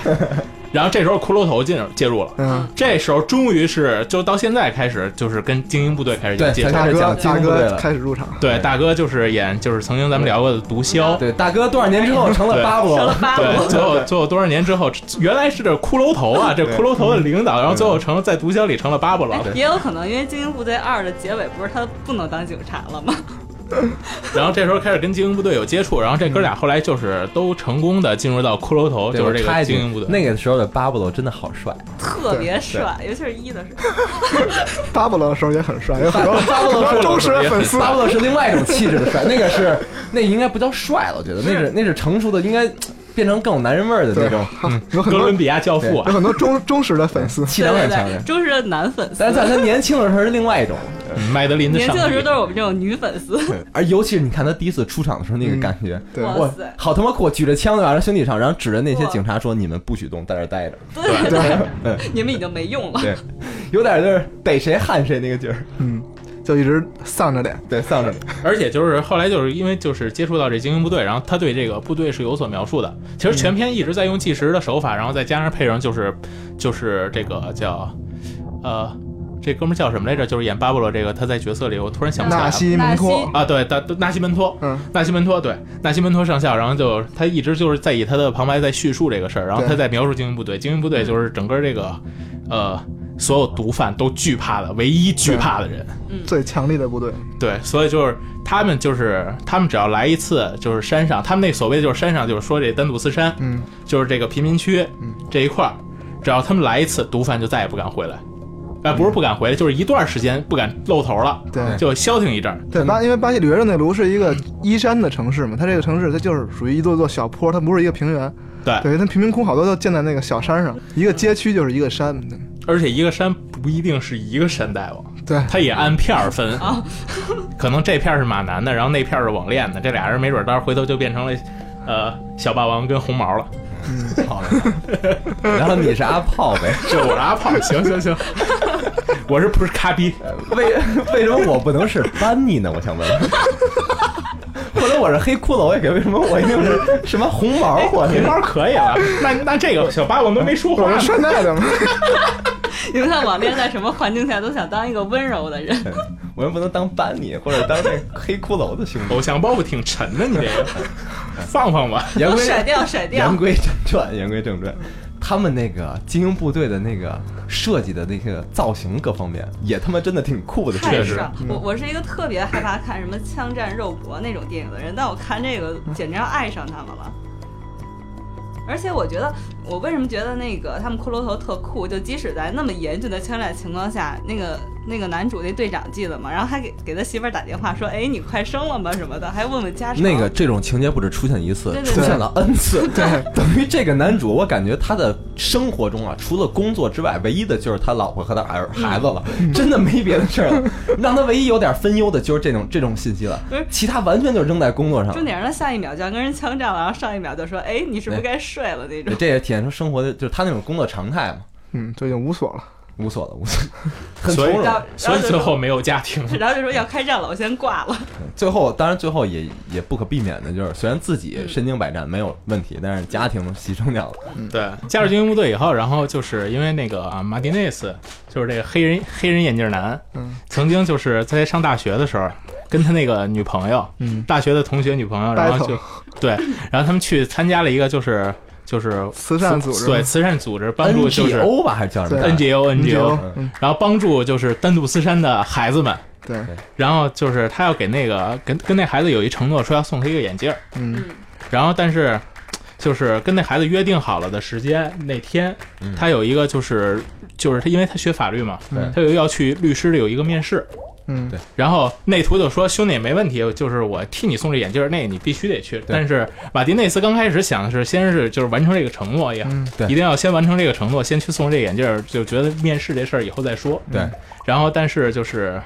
然后这时候骷髅头进入介入了。嗯，这时候终于是，就到现在开始，就是跟精英部队开始对接触。才大开始哥讲大精英部队哥了开始入场，对，大哥就是演，就是曾经咱们聊过的毒枭。 对，大哥多少年之后成了对巴布成罗了了，八对，路，最后最后多少年之后，原来是这骷髅头啊，这骷髅头的嗯领导，然后最后成了在毒枭里成了巴布罗哎，也有可能因为《精英部队二》的结尾不是他不能当警察了吗？然后这时候开始跟精英部队有接触，然后这哥俩后来就是都成功的进入到骷髅嗯头，对哦就是我这插个一句精英部队。那个时候的巴布罗真的好帅，特别帅，尤其是一的时候，巴布罗的时候也很帅，有很多巴布罗是很多忠实的粉丝。巴布罗是另外一种气质的帅，那个是那应该不叫帅了，我觉得那是那是成熟的，应该变成更有男人味儿的那 对种，，有很哥多伦比亚教父有啊，很多忠忠实的粉丝。气对场对很强烈对，。忠实的男粉丝但，是在他年轻的时候是另外 一种，嗯麦德林的年上轻的时候帝都。是我们这种女 粉丝。而尤其是你看他第一次出场的时候那个嗯感觉，对，哇哇塞，好他妈酷！举着枪在他兄弟上，然后指着那些警察说：“你们不许动，在这儿 待着。对对你们已经没用了”。对，有点就是逮谁焊谁那个劲儿，嗯，就一直丧着脸。对，丧着你。 而且就是后来就是因为就是接触到这精英部队，然后他对这个部队是有所描述的。其实全篇一直在用计时的手法，然后再加上配上就是就是这个叫呃这哥们儿叫什么来着？就是演巴布罗这个他在角色里，我突然想不起来纳了。西蒙托，啊，对，纳纳西门托，嗯，纳西门托，对，纳西门托上校，然后就他一直就是在以他的旁白在叙述这个事儿，然后对他在描述精英部队，精英部队就是整个这个，呃，所有毒贩都惧怕的唯一惧怕的人，最强力的部队。对，所以就是他们就是他们只要来一次，就是山上，他们那所谓的就是山上，就是说这丹杜斯山，嗯，就是这个贫民区这一块儿，只要他们来一次，毒贩就再也不敢回来，哎，不是不敢回来，就是一段时间不敢露头了，对就消停一阵儿。对，巴因为巴西里约热内卢是一个依山的城市嘛，它这个城市它就是属于一座座小坡，它不是一个平原。对对，它贫民窟好多都建在那个小山上，一个街区就是一个山。嗯而且一个山不一定是一个山大王，对，它也按片儿分， 可能这片儿是马男的，然后那片儿是网恋的，这俩人没准儿到时候回头就变成了，呃，小霸王跟红毛了。好嘞 然后你是阿炮呗？这我是阿炮，行行行， 我是不是咖逼？ 为为什么我不能是班尼呢？我想问问。或者我是黑骷髅也可以，为什么我一定是什么红毛？ 我红哎包可以 了，那那这个小八我们都没说我话们呢。山寨的嘛。你们在网恋在什么环境下都想当一个温柔的人，我又不能当班尼，或者当那黑骷髅的兄弟。偶像包袱挺沉的，你这 个放放吧。言都归甩掉甩掉言。归正传，言归正传，他们那个精英部队的那个设计的那个造型各方面，也他妈真的挺酷的，太确确实实。嗯帅！我我是一个特别害怕看什么枪战肉搏那种电影的人，但我看这个嗯简直要爱上他们了。而且我觉得，我为什么觉得那个他们骷髅头特酷？就即使在那么严峻的枪战情况下，那个那个男主那队长记得吗？然后还给给他媳妇儿打电话说：“哎，你快生了吗？”什么的，还问问家长。那个这种情节不止出现一次对，对出对现了 n 次。对，等于这个男主，我感觉他的生活中啊，除了工作之外，唯一的就是他老婆和他儿孩子了，真的没别的事儿了。 让他唯一有点分忧的就是这种这种信息了不是，其他完全就扔在工作上了重。点是他下一秒就要跟人枪战了，然后上一秒就说：“哎，你是不是该睡了？”那种对，这也体现出生活的，就是他那种工作常态嘛， 嗯，就已经无所了。无所了，无所了，很从所以容。然后所以最后没有家庭， 然后就说要开战了，我先挂了。 最后，当然最后也也不可避免的就是，虽然自己身经百战没有问题，但是家庭牺牲掉了。对，加入精英部队以后，然后就是因为那个啊，马丁内斯，就是这个黑人黑人眼镜男，嗯，曾经就是在上大学的时候，跟他那个女朋友，嗯大学的同学女朋友，然后 Battle 就对，然后他们去参加了一个就是就是慈善组织对慈善组织帮助就是 NGO 吧，还是叫什么对 NGO 你 NGO，嗯，然后帮助就是丹杜斯山的孩子们。对，然后就是他要给那个跟跟那孩子有一承诺，说要送他一个眼镜儿。嗯，然后但是就是跟那孩子约定好了的时间那天，嗯他有一个就是就是他因为他学法律嘛，对他有要去律师的有一个面试，嗯，对然后内图就说：“兄弟没问题，就是我替你送这眼镜儿，那你必须得去。”但是马丁内斯刚开始想的是，先是就是完成这个承诺也好，嗯对一定要先完成这个承诺，先去送这眼镜儿，就觉得面试这事儿以后再说。对，然后但是就是。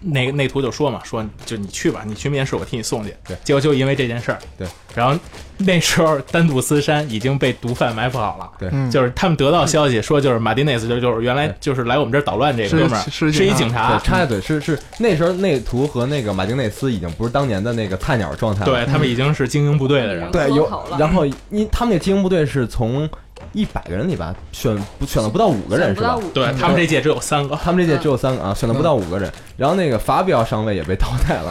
那个内图就说嘛，说就你去吧，你去面试，我替你送去。对结果就因为这件事儿，对。然后那时候丹杜斯山已经被毒贩埋伏好了，对嗯就是他们得到消息说，就是马丁内斯就就是原来对就是来我们这儿捣乱这个是哥们儿是是一警警察，对，插一嘴是是那时候内图和那个马丁内斯已经不是当年的那个菜鸟状态了对，他们已经是精英部队的人了。对缩有头了，然后因他们那精英部队是从一百个人里吧选不选了不到五个人选是不吧到？五，嗯对他嗯们这届只有三个，他们这届只有三个啊，选了不嗯到五个人。然后那个法比奥上尉也被淘汰了，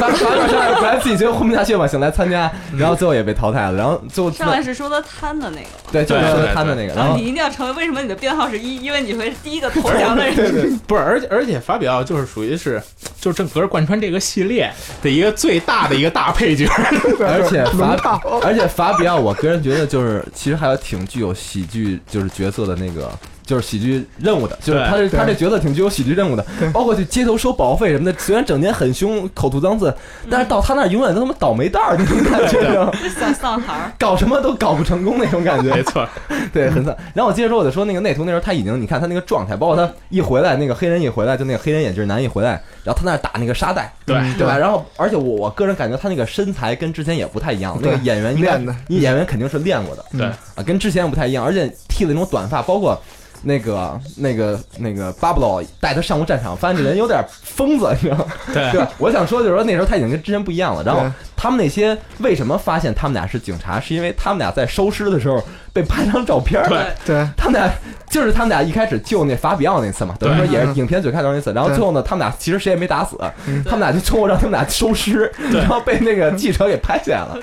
法法比奥上尉本来自己觉得混不下去嘛，想来参加，然后最后也被淘汰了。然后最后上来是说的贪的那个对，就对是对他的对那个，嘛，然啊，后你一定要成为为什么你的编号是一？因为你会是第一个投降的人。不是，而且而且法比奥就是属于是，就是正格贯穿这个系列的一个最大的一个大配角。 而且龙法套而且法比奥，我个人觉得就是其实还有挺具有喜剧就是角色的那个。就是喜剧任务的，就是对他这对他这角色挺具有喜剧任务的，包括去街头收保费什么的。虽然整天很凶，口吐脏字，嗯但是到他那儿永远都他妈倒霉蛋儿，那种感觉吗， 小丧孩儿，搞什么都搞不成功那种感觉 没。错， 对，很惨。然后我接着说，我就说那个内图那时候他已经，你看他那个状态，包括他一回来，那个黑人一回来，就那个黑人眼镜男一回来，然后他那儿打那个沙袋，对对嗯吧？然后而且我我个人感觉他那个身材跟之前也不太一样，那个对演员应该练的你演员肯定是练过的对啊，跟之前也不太一样，而且剃了那种短发，包括。那个、那个、那个巴布罗带他上过战场，发现这人有点疯子，你知道吗？ 对对，吧，我想说就是说那时候他已经跟之前不一样了。然后对他们那些为什么发现他们俩是警察，是因为他们俩在收尸的时候被拍张照片儿，对 对，他们俩就是他们俩一开始救那法比奥那次嘛，等于说对也是嗯影片最开头那次，然后对嗯最后呢，他们俩其实谁也没打死，他们俩就最后让他们俩收尸，对然后被那个记者给拍下来 了，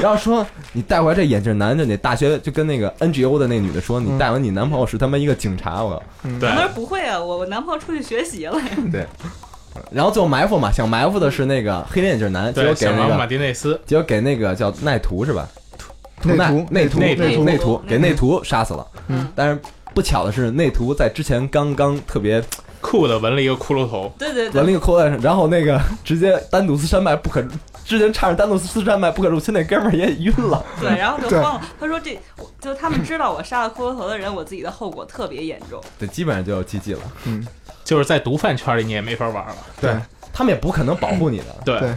然后说你带回来这眼镜男，就你大学就跟那个 NGO 的那女的说，你嗯带完你男朋友是他妈一个警察，我靠，对我那儿不会啊，我我男朋友出去学习了呀。然后最后埋伏嘛，想埋伏的是那个黑人眼镜男，结果对，给小那王马个丁内斯，结果给那个叫奈图是吧？内奈图内图内图内内图图内图给内图杀死了，嗯，但是不巧的是内图在之前刚刚特别酷的纹了一个骷髅头，对 对纹了对，一个扣在上，然后那个 直接丹杜斯山脉不可，之前差点丹杜斯山脉不可入侵那哥们儿也晕了，对，然后就对慌了。他说这，我就他们知道我杀了骷髅头的人，我自己的后果特别严重。对，基本上就 GG 了。就是在毒贩圈里你也没法玩了。对，他们也不可能保护你的，对对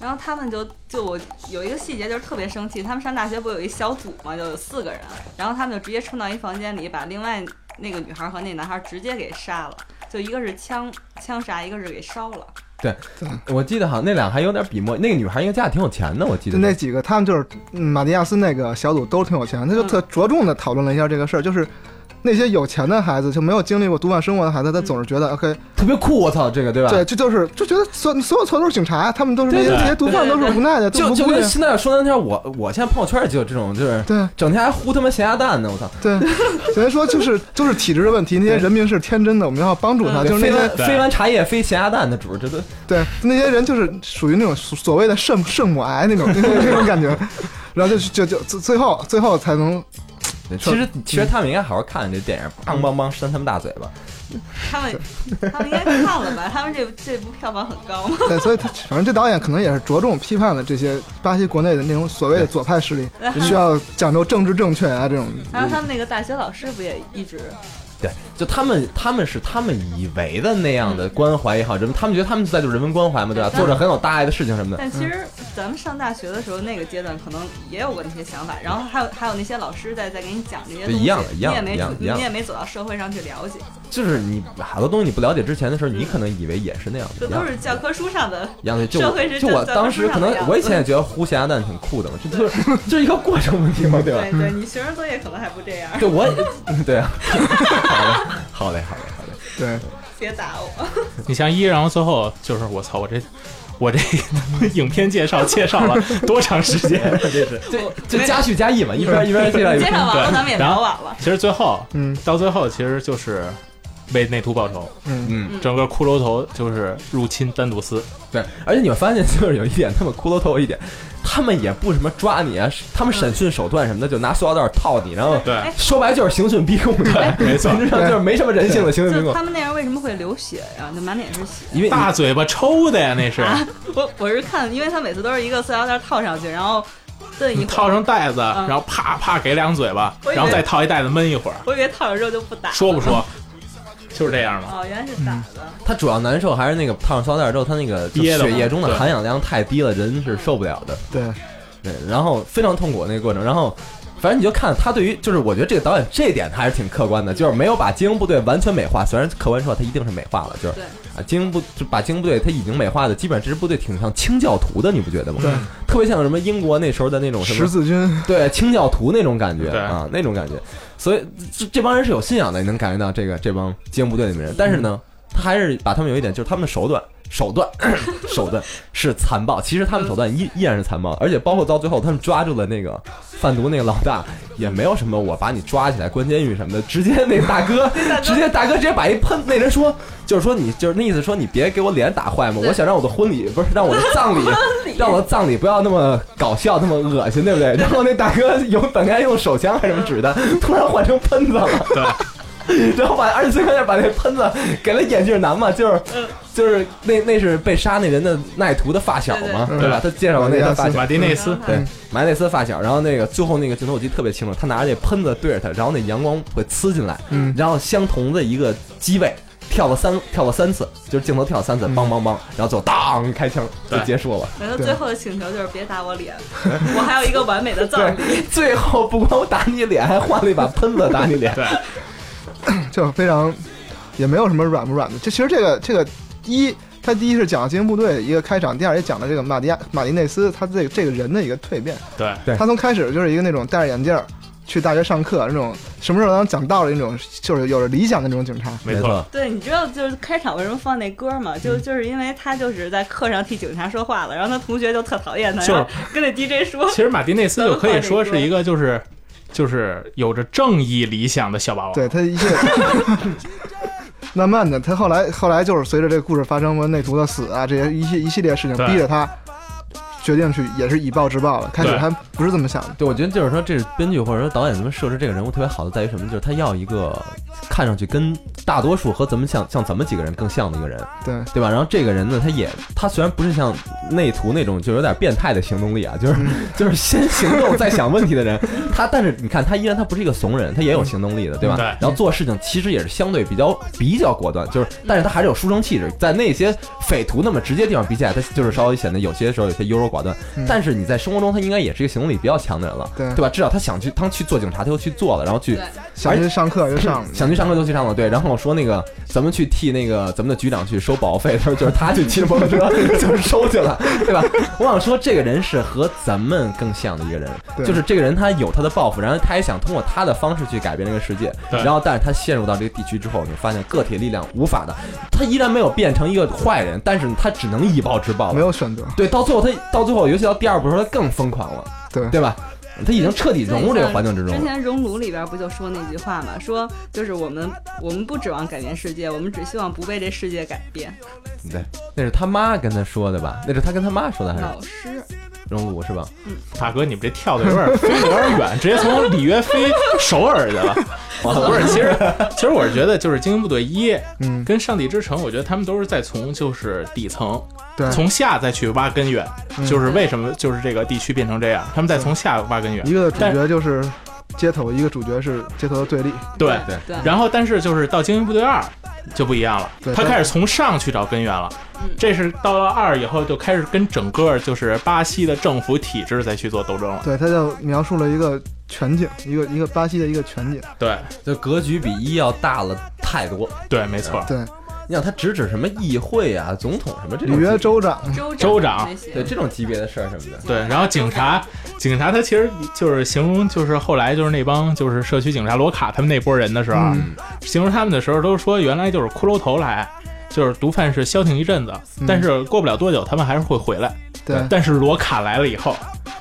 然后他们就就我有一个细节就是特别生气，他们上大学不有一小组嘛，就有四个人，然后他们就直接冲到一房间里，把另外那个女孩和那男孩直接给杀了，就一个是枪枪杀，一个是给烧了。我记得好像那俩还有点笔墨，那个女孩应该家里挺有钱的，我记就得。那几个，他们就是嗯马蒂亚斯那个小组都挺有钱，嗯他就特着重的讨论了一下这个事儿，就是那些有钱的孩子，就没有经历过毒贩生活的孩子，嗯他总是觉得 OK，特别酷，我操，这个对吧？对，这就是就觉得所所有错都是警察，他们都是那对些对那些毒贩都是无奈的，就都是就无辜跟的，现在说那天，我我现在朋友圈也就有这种，就是对整天还呼他妈咸鸭蛋呢，我操！对，所以说就是就是体制的问题，那些人民是天真的，我们要帮助他，嗯就是那飞些完对飞完茶叶飞咸鸭蛋的主，这都对那些人就是属于那种所所谓的圣圣母癌那种 那种感觉，然后就就就最最后最后才能对其实其实他们应该好好看这电影，梆梆梆扇他们大嘴巴。他们他们应该看了 吧？他们这这部票房很高嗯嘛？对，所以他反正这导演可能也是着重批判了这些巴西国内的那种所谓的左派势力，需要讲究政治正确啊这种。然后他们那个大学老师不也一直对，就他们他们是他们以为的那样的关怀也好，人们他们觉得他们在做人文关怀嘛，对吧？对做着很有大爱的事情什么的。但其实嗯咱们上大学的时候，那个阶段可能也有过那些想法，然后还有还有那些老师在在给你讲这些东西，嗯对一样的一样的你也没一样的出一样的你也没走到社会上去了解，就是你好多东西你不了解之前的时候，你可能以为也是那样的这一样都的是教科书上的。一样的。就社会是就我站在当时可能路上的样子我以前也觉得呼咸鸭蛋挺酷的嘛，这 就是这是一个过程问题嘛，对吧？对对，你学生作业可能还不这样， 对，我也对啊。 好嘞，好嘞，好嘞，好嘞。对，别打我。你像一，然后最后就是我操，我这 我这影片介绍介绍了多长时间？这是就就加叙加意嘛，一边一边介绍一介边。绍完了，对咱们也然聊后完了。其实最后嗯到最后其实就是为内图报仇，嗯，嗯，整个骷髅头就是入侵丹杜斯。对。而且你们发现就是有一点，他们骷髅头有一点，他们也不什么抓你啊，他们审讯手段什么的，就拿塑料袋套你，然后对哎说白了就是刑讯逼供你，哎 没错本质上就是没什么人性的刑就讯逼是供，他们那样为什么会流血呀、就满脸是血。啊因为大嘴巴抽的呀，那是我我是看，因为他每次都是一个塑料袋套上去，然后炖一会儿，套上袋子，嗯然后啪啪给两嘴巴，我以为然后再套一袋子闷一会儿， 我以为套上之后就不打了。说不嗯说？就是这样嘛。哦，原来是打的。他主要难受还是那个套上塑料袋之后，他那个就憋得血液中的对含氧量太低了，人是受不了的。对，对，然后非常痛苦那个过程，然后反正你就看他对于，就是我觉得这个导演这一点他还是挺客观的，就是没有把精英部队完全美化，虽然客观说他一定是美化了，就是对啊，精英部就把精英部队他已经美化的，基本上这支部队挺像清教徒的，你不觉得吗？对，特别像什么英国那时候的那种什么十字军对清教徒那种感觉对啊，那种感觉。所以这这帮人是有信仰的，你能感觉到这个这帮精英部队里面人。但是呢，他还是把他们有一点，就是他们的手段。手段， 手段是残暴。其实他们手段依依然是残暴，而且包括到最后，他们抓住了那个贩毒那个老大，也没有什么我把你抓起来关监狱什么的，直接那大 哥，直接大哥直接把一喷，那人说，就是说你就是那意思说你别给我脸打坏嘛，对我想让我的婚礼不是让我的葬礼让我葬礼不要那么搞笑，那么恶心，对 不对？然后那大哥有本该用手枪还是什么指的，突然换成喷子了。对。 然后把，而且最关键把那喷子给了眼镜男嘛，就是，嗯就是那那是被杀那人的耐徒的发小嘛，对对嗯吧？他介绍了那他发小，马蒂内斯，对，埋内斯发小。然后那个最后那个镜头我记得特别清楚，他拿着那喷子对着他，然后那阳光会呲进来，嗯然后相同的一个机位跳了三跳了三次，就是镜头跳了三次，嗯梆梆梆，然后就当开枪就对结束了。然后对最后的请求就是别打我 脸，我还有一个完美的葬礼。最后不光打你脸，还换了一把喷子打你脸。对 就非常也没有什么软不软的。这其实这个这个一，它第一是讲了精英部队的一个开场，第二也讲了这个马迪亚马迪内斯他这个这个人的一个蜕变。对对他从开始就是一个那种戴着眼镜儿去大学上课那种什么时候能讲道理那种，就是有着理想的那种警哦察。没错，，对，你知道就是开场为什么放那歌吗？嗯就就是因为他就是在课上替警察说话了，然后他同学就特讨厌他，就是然后跟那 DJ 说其，实马蒂内斯就 可以说是一个就是就是有着正义理想的小霸王。对他 一切慢慢的，他后来后来就是随着这个故事发生，和内图的死啊，这些一系一系列事情对逼着他决定去也是以暴制暴了。开始对他不是这么想的，对，我觉得就是说，这是编剧或者说导演咱们设置这个人物特别好的在于什么？就是他要一个看上去跟大多数和咱们像像咱们几个人更像的一个人，对。对吧？然后这个人呢，他也他虽然不是像内图那种就有点变态的行动力啊，就是嗯 就是先行动再想问题的人， 他但是你看他依然他不是一个怂人，他也有行动力的，嗯对吧？对然后做事情其实也是相对比较比较果断，就是嗯但是他还是有书生气质，在那些匪徒那么直接地方比起来，他就是稍微显得有些时候有些优柔寡断。嗯但是你在生活中，他应该也是一个行动力比较强的人了，对对吧？至少他想去，他去做警察，他就去做了，然后去对想去上课就上了， 想去上课就去上了，对。然后我说那个，咱们去替那个咱们的局长去收保护费的时候，就是他去骑着摩托 车就是收去了，对吧？我想说，这个人是和咱们更像的一个人，对就是这个人他有他的抱负，然后他也想通过他的方式去改变这个世界。对然后，但是他陷入到这个地区之后，你发现个体力量无法的，他依然没有变成一个坏人，但是他只能以暴制暴没了。有选择，对，到最后他到最后，尤其到第二部的时候，他更疯狂了，对对吧？他已经彻底融入这个环境之中之了。前《熔炉》里边不就说那句话嘛，说就是我们我们不指望改变世界，我们只希望不被这世界改变。对，那是他妈跟他说的吧？那是他跟他妈说的哎还是？老师，熔炉是吧？大哥，你们这跳的有点飞的有点远，直接从里约飞首尔去 了。不是，其实其实我是觉得，就是《精英部队一》嗯，跟《上帝之城》，我觉得他们都是在从就是底层，对从下再去挖根源，嗯就是为什么就是这个地区变成这样，他们在从下挖根源一。个主但角就是街头，一个主角是街头的对立，对对对，然后，但是就是到《精英部队二》就不一样了对，他它开始从上去找根源了嗯。这是到了二以后，就开始跟整个就是巴西的政府体制再去做斗争了。对，他就描述了一个全景，一个一个巴西的一个全景，对就格局比一要大了太多。对，没错。对，你想，他只指什么议会啊、总统什么这里种约级，州长，州州长那些对这种级别的事儿什么的。对，然后警察，警察他其实就是形容，就是后来就是那帮就是社区警察罗卡他们那波人的时候啊，嗯形容他们的时候都说原来就是骷髅头来，就是毒贩是消停一阵子，嗯但是过不了多久他们还是会回来。对呃但是罗卡来了以后，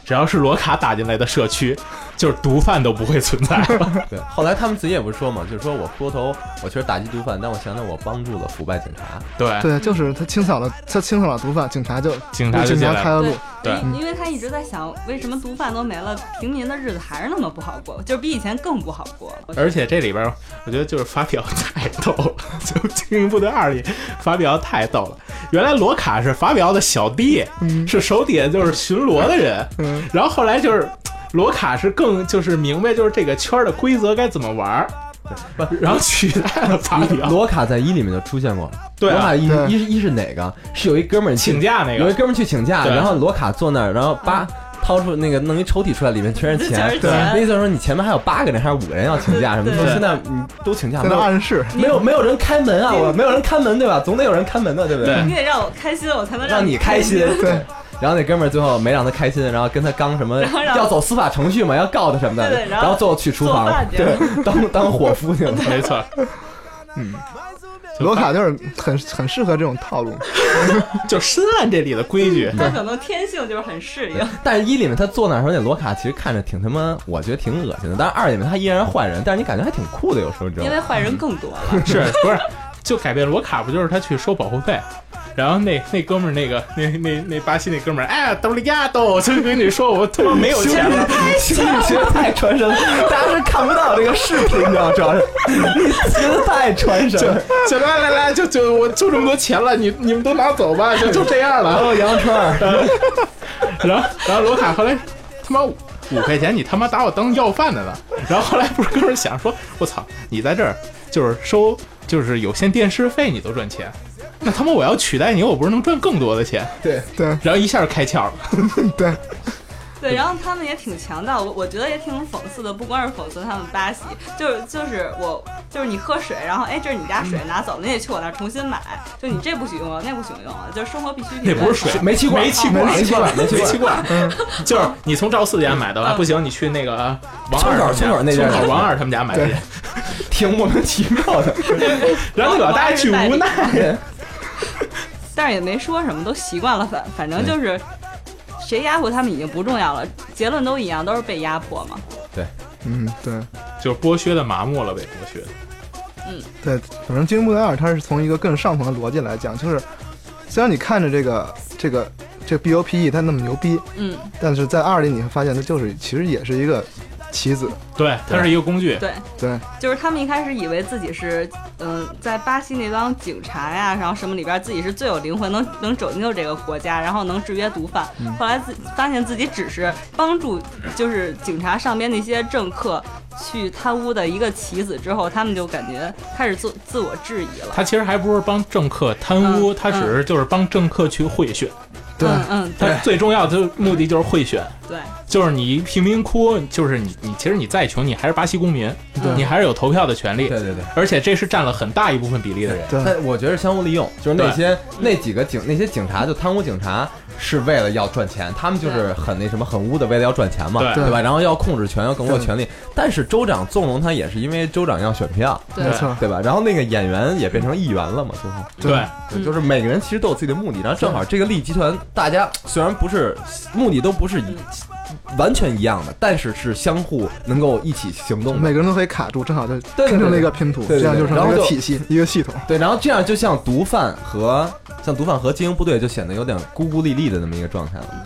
只要是罗卡打进来的社区，就是毒贩都不会存在了。对，后来他们自己也不是说嘛，就是说我多头，我确实打击毒贩，但我想想我帮助了腐败警察。对，对，就是他清扫了，他清扫了毒贩，警察就警察就警进察来开了。了对路，对因因为他一直在想，为什么毒贩都没了，平民的日子还是那么不好过，就是比以前更不好过了。而且这里边儿，我觉得就是法比奥太逗了，就《精英部队二》里法比奥太逗了。原来罗卡是法比奥的小弟，是手底下就是巡逻的人，嗯然后后来就是罗卡是更就是明白就是这个圈儿的规则该怎么玩儿，然后取代了法比奥。罗卡在一里面就出现过，啊对啊罗卡一对一是一是哪个？是有一哥们儿去请假那有一个，哥们儿去请假，对然后罗卡坐那儿，然后八嗯掏出那个弄一抽屉出来，里面全是全钱是。钱那意思就是说你前面还有八个人还是五个人要请假什么？对说对现在你都请假，在没那有暗示，没有没有人开门啊，我没有人看门对吧？总得有人看门的对不对你得让我开心，我才能让你开心。对，然后那哥们儿最后没让他开心，然后跟他刚什么 然后让要走司法程序嘛，要告他什么的，对对然然后最后去厨房做饭去了对， 当当伙夫去了。没错，罗卡就是很很适合这种套路，就深谙这里的规矩。他可能天性就是很适应。但是一里面他坐那儿的时候，那罗卡其实看着挺他妈，我觉得挺恶心的。但是二里面他依然是坏人，但是你感觉还挺酷的，有时候你知道因吗？为坏人更多 了，是不是？就改变罗卡不就是他去收保护费？然后那那哥们儿，那个那那那巴西那哥们儿，哎，兜里亚兜，就跟你说我他妈没有钱了，其实你觉得太传神了，大家是看不到这个视频，你知道主要是你觉得太传神就了。就来来来，就就我就这么多钱了，你你们都拿走吧，就就这样然了。后羊肉串儿，然后然后罗卡后来他妈五五块钱，你他妈打我当要饭的呢。然后后来不是哥们儿想说，我操，你在这儿就是收就是有线电视费你都赚钱，那他妈我要取代你，我不是能赚更多的钱？ 对对然后一下就开窍了。对，对，然后他们也挺强大，我我觉得也挺讽刺的，不光是讽刺他们巴西，就是就是我就是你喝水，然后哎这是你家水拿走了，你得去我那儿重新买，就你这不许用啊了，那不许用了，就是生活必需品。那不是水，煤气罐煤气罐，煤气罐 煤煤气罐气罐，嗯就是你从赵四家买的话，嗯不行，你去那个王二他们家村口村口那家村口王二他们家买去对。挺莫名其妙的。然后那老大巨无奈，但是也没说什么，都习惯了，反反正就是谁压迫他们已经不重要了，结论都一样，都是被压迫嘛。嗯对就是剥削的麻木了呗，剥削的。对，反正《精英部队二》它是从一个更上层的逻辑来讲，就是虽然你看着这个这个这个 BOPE E 它那么牛逼，嗯，但是在二里你会发现它就是其实也是一个棋子，对，它是一个工具。对。对就是他们一开始以为自己是，嗯、在巴西那帮警察呀，然后什么里边自己是最有灵魂，能能拯救这个国家，然后能制约毒贩。后来自发现自己只是帮助，就是警察上边那些政客去贪污的一个棋子之后，他们就感觉开始自自我质疑了。他其实还不是帮政客贪污，嗯他只是就是帮政客去贿选。对嗯嗯，他最重要的目的就是贿选，对，就是你一贫民窟，就是你你其实你再穷，你还是巴西公民，你还是有投票的权利对。对对。而且这是占了很大一部分比例的人。对但我觉得是相互利用，就是那对些那几个警那些警察就贪污警察是为了要赚钱，他们就是很那什么很污的，为了要赚钱嘛，对吧？然后要控制权，要更多的对权利。但是州长纵容他也是因为州长要选票，对没错，对吧？然后那个演员也变成议员了嘛，最后。对对对，嗯就是每个人其实都有自己的目的，然后正好这个利益集团，大家虽然不是目的都不是一完全一样的，但是是相互能够一起行动的每。个人都可以卡住，正好就对拼成了一个拼图，对对对这样就成然了后一个就体系，一个系统。对，然后这样就像毒贩和像毒贩和精英部队就显得有点孤孤立立的那么一个状态了。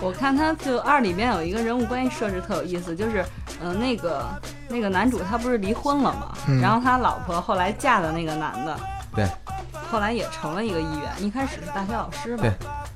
我看他就二里边有一个人物关系设置特有意思，就是嗯、呃那个那个男主他不是离婚了嘛，嗯然后他老婆后来嫁的那个男的，对，后来也成了一个议员，一开始是大学老师嘛对，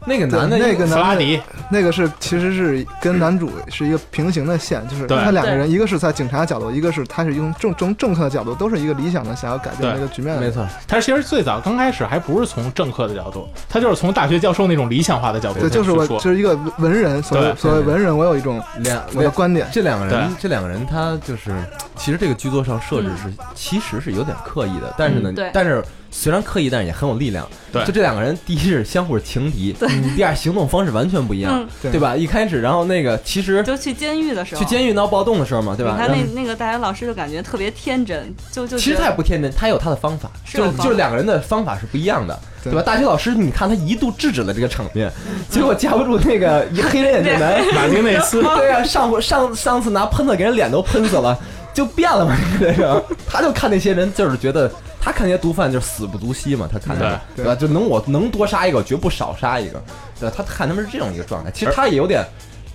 那个男的，那个弗拉男的，迪，那个是其实是跟男主是一个平行的线，就是对他两个对人，一个是在警察角度，一个是他是用政从政客的角度，都是一个理想的想要改变对这个局面没的。错，他其实最早刚开始还不是从政客的角度，他就是从大学教授那种理想化的角度对，去就是我说。就是一个文人，所对谓对所谓文人，我有一种两我的观点。这两个人对，这两个人他就是，其实这个剧作上设置是、其实是有点刻意的，但是呢，嗯对但是虽然刻意，但是也很有力量。对就这两个人，第一是相互是情敌，第二行动方式完全不一样，嗯对对吧？一开始，然后那个其实就去监狱的时候，去监狱闹暴动的时候嘛，对吧？你然看后那那个大学老师就感觉特别天真，就就其实觉他得也不天真，他有他的方法，是有就是方法就是两个人的方法是不一样的，对对吧？大学老师，你看他一度制止了这个场面，结果架不住那个一黑人眼镜 男，马丁内斯， 对呀、上回上上次拿喷子给人脸都喷死了，就变了嘛，这个人，他就看那些人，就是觉得他看那些毒贩就是死不足惜嘛，他看他们，对对吧？就能我能多杀一个，绝不少杀一个，对吧？他看他们是这种一个状态，其实他也有点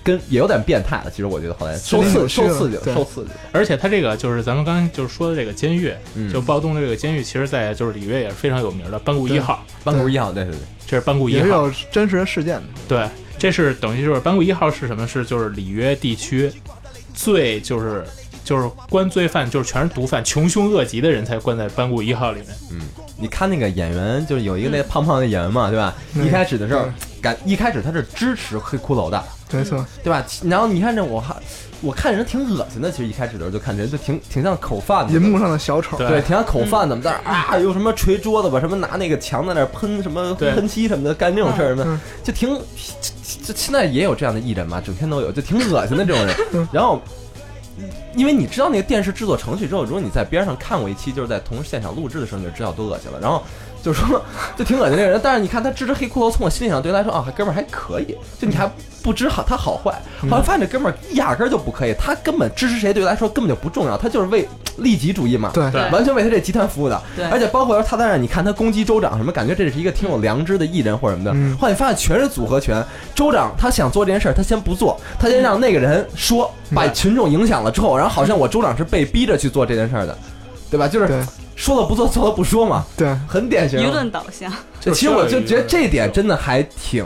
跟也有点变态了。其实我觉得后来受是的刺受是的刺激了，对受刺激了。而且他这个就是咱们刚才就是说的这个监狱，嗯就暴动这个监狱，其实在就是里约也是非常有名的班固一号，班固一号，对对对，这是班固一也是号，有真实的事件的。对，这是等于就是班固一号是什么？是就是里约地区最就是就是关罪犯，就是全是毒贩，穷凶恶极的人才关在班固一号里面。你看那个演员，就是有一个那胖胖的演员嘛，嗯对吧？嗯一开始的时候，感一开始他是支持黑骷髅的，没错，对吧？然后你看这我还我看人挺恶心的，其实一开始的时候就看人就挺挺像口贩子的，银幕上的小丑，对嗯对，挺像口贩子嘛，但是啊，有什么捶桌子吧，什么拿那个墙在那儿喷什么对喷漆什么的，干这种事儿什么的嗯，就挺这这现在也有这样的艺人嘛，整天都有，就挺恶心的这种嗯人。 然后，因为你知道那个电视制作程序之后，如果你在边上看过一期，就是在同时现场录制的时候，你就知道多恶心了。然后。就说就挺恶心那个人，但是你看他支持黑骷髅，从我心里上对他来说啊，哥们儿还可以，就你还不知好他好坏，嗯好像发现这哥们儿压根儿就不可以，他根本支持谁对他来说根本就不重要，他就是为利己主义嘛，对对完全为他这集团服务的。对而且包括他在那儿，你看他攻击州长什么，感觉这是一个挺有良知的艺人或者什么的。嗯后来你发现全是组合拳，州长他想做这件事儿，他先不做，他先让那个人说，把群众影响了之后，然后好像我州长是被逼着去做这件事儿的，对吧？就是对说了不做，做了不说嘛，对，很典型。舆论导向，其实我就觉得这点真的还挺，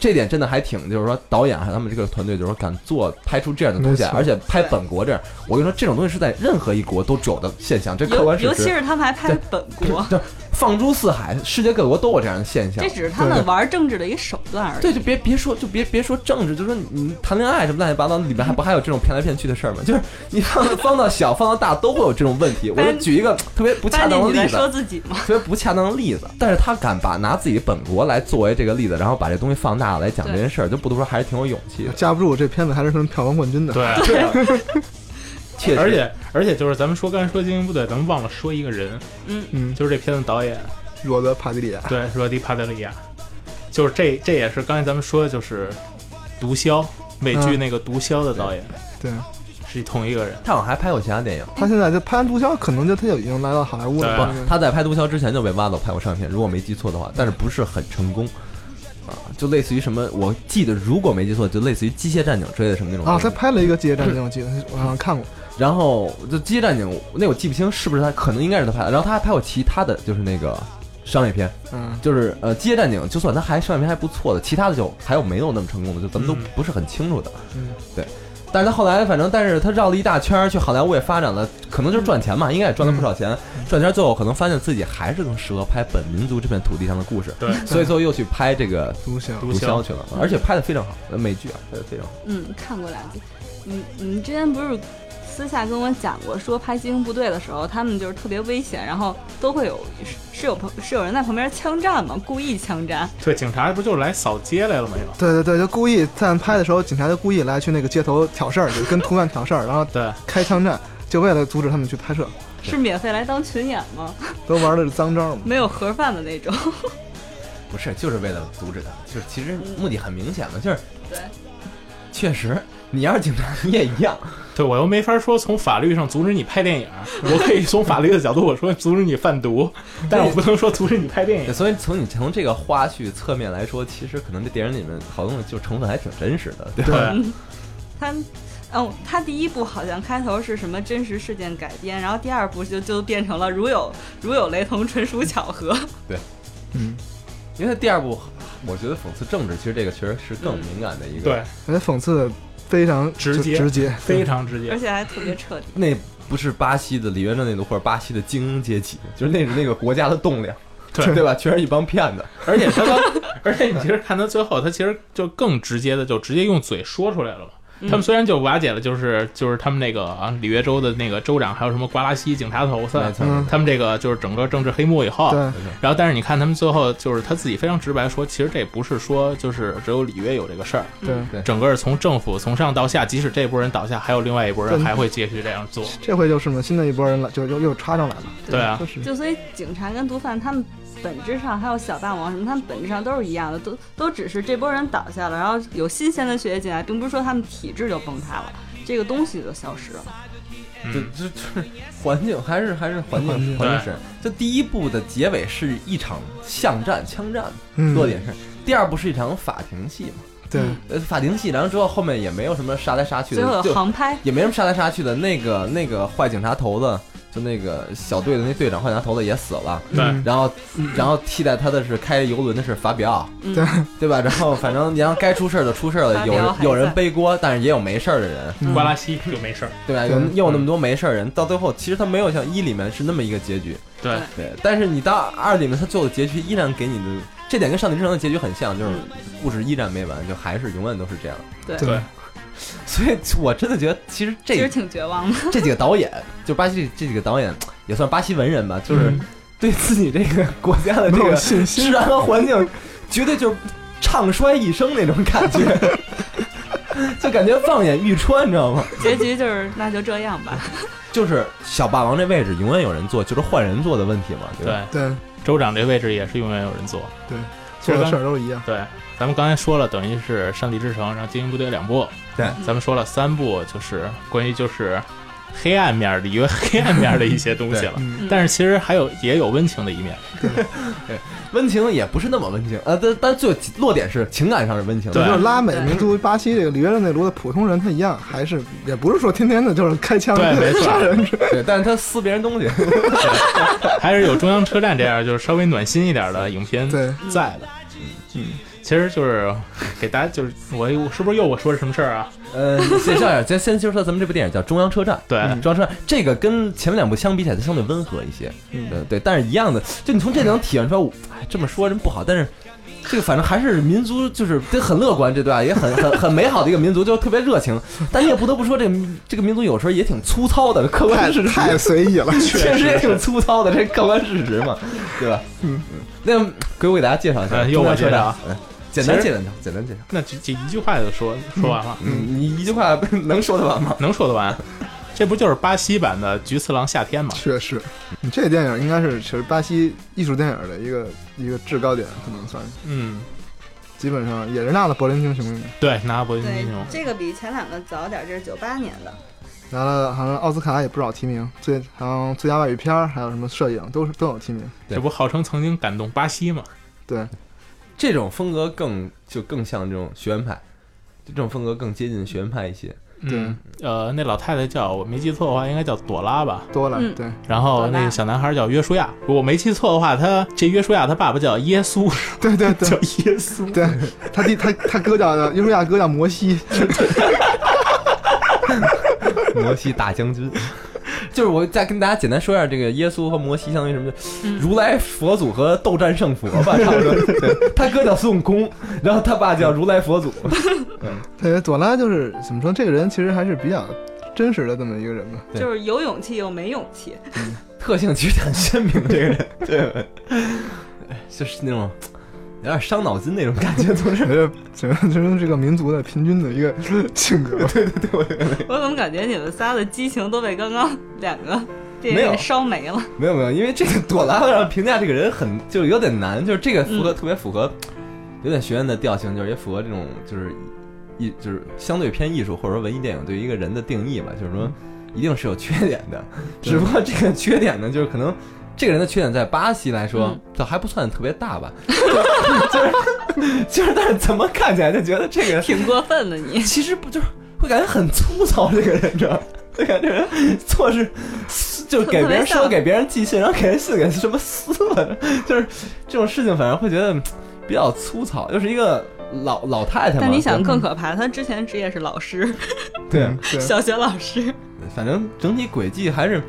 这点真的还挺，就是说导演还啊有他们这个团队，就是说敢做拍出这样的东西，啊没错而且拍本国这样，我跟你说，这种东西是在任何一国都有的现象，这客尤观事尤其实。是他们还拍对本国，就 放诸四海，世界各国都有这样的现象这。只是他们玩政治的一个手段而已。对，就别别说，就别别说政治，就说你你谈恋爱什么乱七八糟，里面还不还有这种骗来骗去的事儿吗？就是你放到放到小放到大都会有这种问题。我就举一个特别不恰八当年的例你在子，啊说自己吗？特别不恰当的例子，但是他敢把拿自己本国来作为这个例子，然后把这东西放大了来讲这件事儿，就不得不说还是挺有勇气的。架不住我这片子还是他们票房冠军的。对， 确实，而且而且就是咱们说刚才说精英部队，咱们忘了说一个人，嗯，就是这片子导演，罗德·帕蒂利亚，对，说迪帕德利亚，就是这这也是刚才咱们说的就是毒枭美剧嗯那个毒枭的导演、对是同一个人，他好像还拍过其他电影，他现在就拍完《毒枭》，可能就他就已经来到好莱坞了。对他在拍《毒枭》之前就被挖走拍过唱片，如果没记错的话，但是不是很成功。啊，就类似于什么，我记得如果没记错，就类似于《机械战警》之类的什么那种啊，东西他拍了一个《机械战警》，我记得我好像看过。然后就《机械战警》，那我记不清是不是他，可能应该是他拍的。然后他还拍过其他的就是那个商业片，嗯，就是呃，《机械战警》就算它还上面还不错的，其他的就还有没有那么成功的，就咱们都嗯不是很清楚的。嗯对。但是他后来反正，但是他绕了一大圈儿去好莱坞也发展了，可能就是赚钱嘛，应该也赚了不少钱。赚钱最后可能发现自己还是更适合拍本民族这片土地上的故事，对，所以最后又去拍这个毒枭，毒嗯毒枭枭去嗯了，而且拍的非常好，呃美剧啊，拍的非常好。嗯，看过两集。你你之前不是私下跟我讲过，说拍精英部队的时候，他们就是特别危险，然后都会有是是有朋是有人在旁边枪战嘛，故意枪战。对，警察不就来扫街来了吗？又对对对，就故意在拍的时候，警察就故意来去那个街头挑事儿，就跟毒贩挑事儿，然后对，开枪战，就为了阻止他们去拍摄，是免费来当群演吗？都玩的是脏招嘛。没有盒饭的那种。 不是，就是为了阻止他，就是其实目的很明显嘛，就是对，确实，你要是警察你也一样，对我又没法说从法律上阻止你拍电影，我可以从法律的角度我说阻止你贩毒，但是我不能说阻止你拍电对，影。所以从你从这个花絮侧面来说，其实可能这电影里面好多东西就成分还挺真实的，对吧？对，他，哦，他第一部好像开头是什么真实事件改编，然后第二部就就变成了如有如有雷同，纯属巧合。嗯，因为它第二部，我觉得讽刺政治，其实这个确实是更敏感的一个。对，我觉得讽刺的非常直接就直接，非常直接。而且还特别彻底。那不是巴西的里约热内卢或者巴西的精英阶级，就是那是那个国家的栋梁，对对吧？全是一帮骗子。而且他刚，而且你其实看到最后，他其实就更直接的，就直接用嘴说出来了嘛。嗯他们虽然就瓦解了，就是就是他们那个啊里约州的那个州长，还有什么瓜拉西警察头没子，错，嗯他们这个就是整个政治黑幕以后，对，然后但是你看他们最后就是他自己非常直白说，其实这不是说就是只有里约有这个事儿，对，整个从政府从上到下，即使这波人倒下，还有另外一波人对还会继续这样做。这回就是嘛，新的一波人来，就又又插上来了。对啊就，是嗯就所以警察跟毒贩他们本质上还有小霸王什么，他们本质上都是一样的，都都只是这波人倒下了，然后有新鲜的血液进来，并不是说他们体制就崩塌了，这个东西就消失了。就就就是环境还是还是环境环境环境是，就第一部的结尾是一场巷战枪战，嗯，落点是，第二部是一场法庭戏嘛，对，呃法庭戏，然后之后后面也没有什么杀来杀去最后的，有就航 拍，也没什么杀来杀去的，那个那个坏警察头子，就那个小队的那队长坏警察头子也死了，嗯然后然后替代他的是开游轮的是法比奥，嗯对对吧？然后反正然后该出事儿的出事儿法了，比有奥人还有人在背锅，但是也有没事儿的人，嗯瓜拉西就没事儿。对吧？对有又有那么多没事儿人，到最后其实他没有像一里面是那么一个结局，对对。但是你到二里面，他最后的结局依然给你的这点跟上帝之城的结局很像，就是嗯故事依然没完，就还是永远都是这样。对对 所以我真的觉得，其实其这实挺绝 望的。这几个导演，就巴西这几个导演也算巴西文人吧，就是对自己这个国家的这没有个信 心，治安和环境，绝对就是唱衰一生那种感觉， 就感觉放眼欲穿，你知道吗？结局就是那就这样吧。就是小霸王这位置永远有人坐，就是换人坐的问题嘛，对吧？对，对，州长这位置也是永远有人坐。做的事儿都一样，对，咱们刚才说了，等于是《上帝之城》，然后《精英部队》两部，对咱们说了三部，就是关于就是黑暗面的，因为黑暗面的一些东西了。嗯，嗯但是其实还有也有温情的一面，温情也不是那么温情，呃，但但最落点是情感上是温情对的，就是拉美对民族巴西这个里约热内卢的普通人，他一样，还是也不是说天天的就是开枪对没错杀人之，对，但是他撕别人东西，还是有中央车站这样就是稍微暖心一点的影片对，在的。嗯，其实就是给大家就是我我是不是又我说了什么事儿啊？呃，先这样，咱先就说咱们这部电影叫《中央车站》。对，中央车站这个跟前面两部相比起来，它相对温和一些，呃嗯对对，但是一样的，就你从这能体现出来，我哎，这么说人不好，但是这个反正还是民族，就是这很乐观，这对吧？也很很很美好的一个民族，就是特别热情，但你也不得不说，这个这个民族有时候也挺粗糙的，客观 太事实，太随意了，确实也挺粗糙的，这客观事实嘛，对吧？嗯，那给我给大家介绍一下，嗯又中我央车介站绍啊，嗯简单其实介绍一下，简单介绍，那就就一句话就说说完了，嗯，你一句话 能说得完吗？能说得完？这不就是巴西版的《菊次郎夏天》吗？确实，你这电影应该是其实巴西艺术电影的一个一个制高点，可能算是，嗯，基本上也是纳了柏林英雄影对，拿破仑对英雄，，这个比前两个早点，这是九八年的。拿了好像奥斯卡也不少提名，最好像最佳外语片儿，还有什么摄影都是都有提名，对这不号称曾经感动巴西吗？对，这种风格更就更像这种学院派，这种风格更接近学院派一些。 嗯，呃，那老太太叫我没记错的话，应该叫朵拉吧。多了，嗯对，然后朵拉那个小男孩叫约书亚，如果没记错的话，他这约书亚他爸爸叫耶稣，对对对叫耶稣。对，他弟他他哥叫约书亚哥叫摩西，摩西大将军， 就是我再跟大家简单说一下，这个耶稣和摩西相当于什么？如来佛祖和斗战胜佛吧，差不多。对他哥叫孙悟空，然后他爸叫如来佛祖。 对，朵拉就是怎么说，这个人其实还是比较真实的这么一个人吧。对就是有勇气又没勇气， 特性其实很鲜明，这个人，对，就是那种有点伤脑筋那种感觉，总是我觉得整个就是这个民族的平均的一个性格吧，我怎么感觉你们仨的激情都被刚刚 两个电没有影烧没了？没有没有，因为这个朵拉让评价这个人很就是有点难，就是这个符合、特别符合，有点学院的调性，就是也符合这种就是艺就是相对偏艺术或者说文艺电影对于一个人的定义吧，就是说一定是有缺点的，只不过这个缺点呢，就是可能这个人的缺点在巴西来说嗯倒还不算特别大吧， 就是就是但是怎么看起来就觉得这个人挺过分 的你，其实不就是会感觉很粗糙，这个人你知道吗？就感觉这人做事就是给别人说给别人寄信，然后给人信给什么撕了，就是这种事情，反正会觉得嗯比较粗糙。又是一个老老太太嘛，但你想对更可怕，他之前职业是老师，对，对，小学老师，反正整体轨迹还是。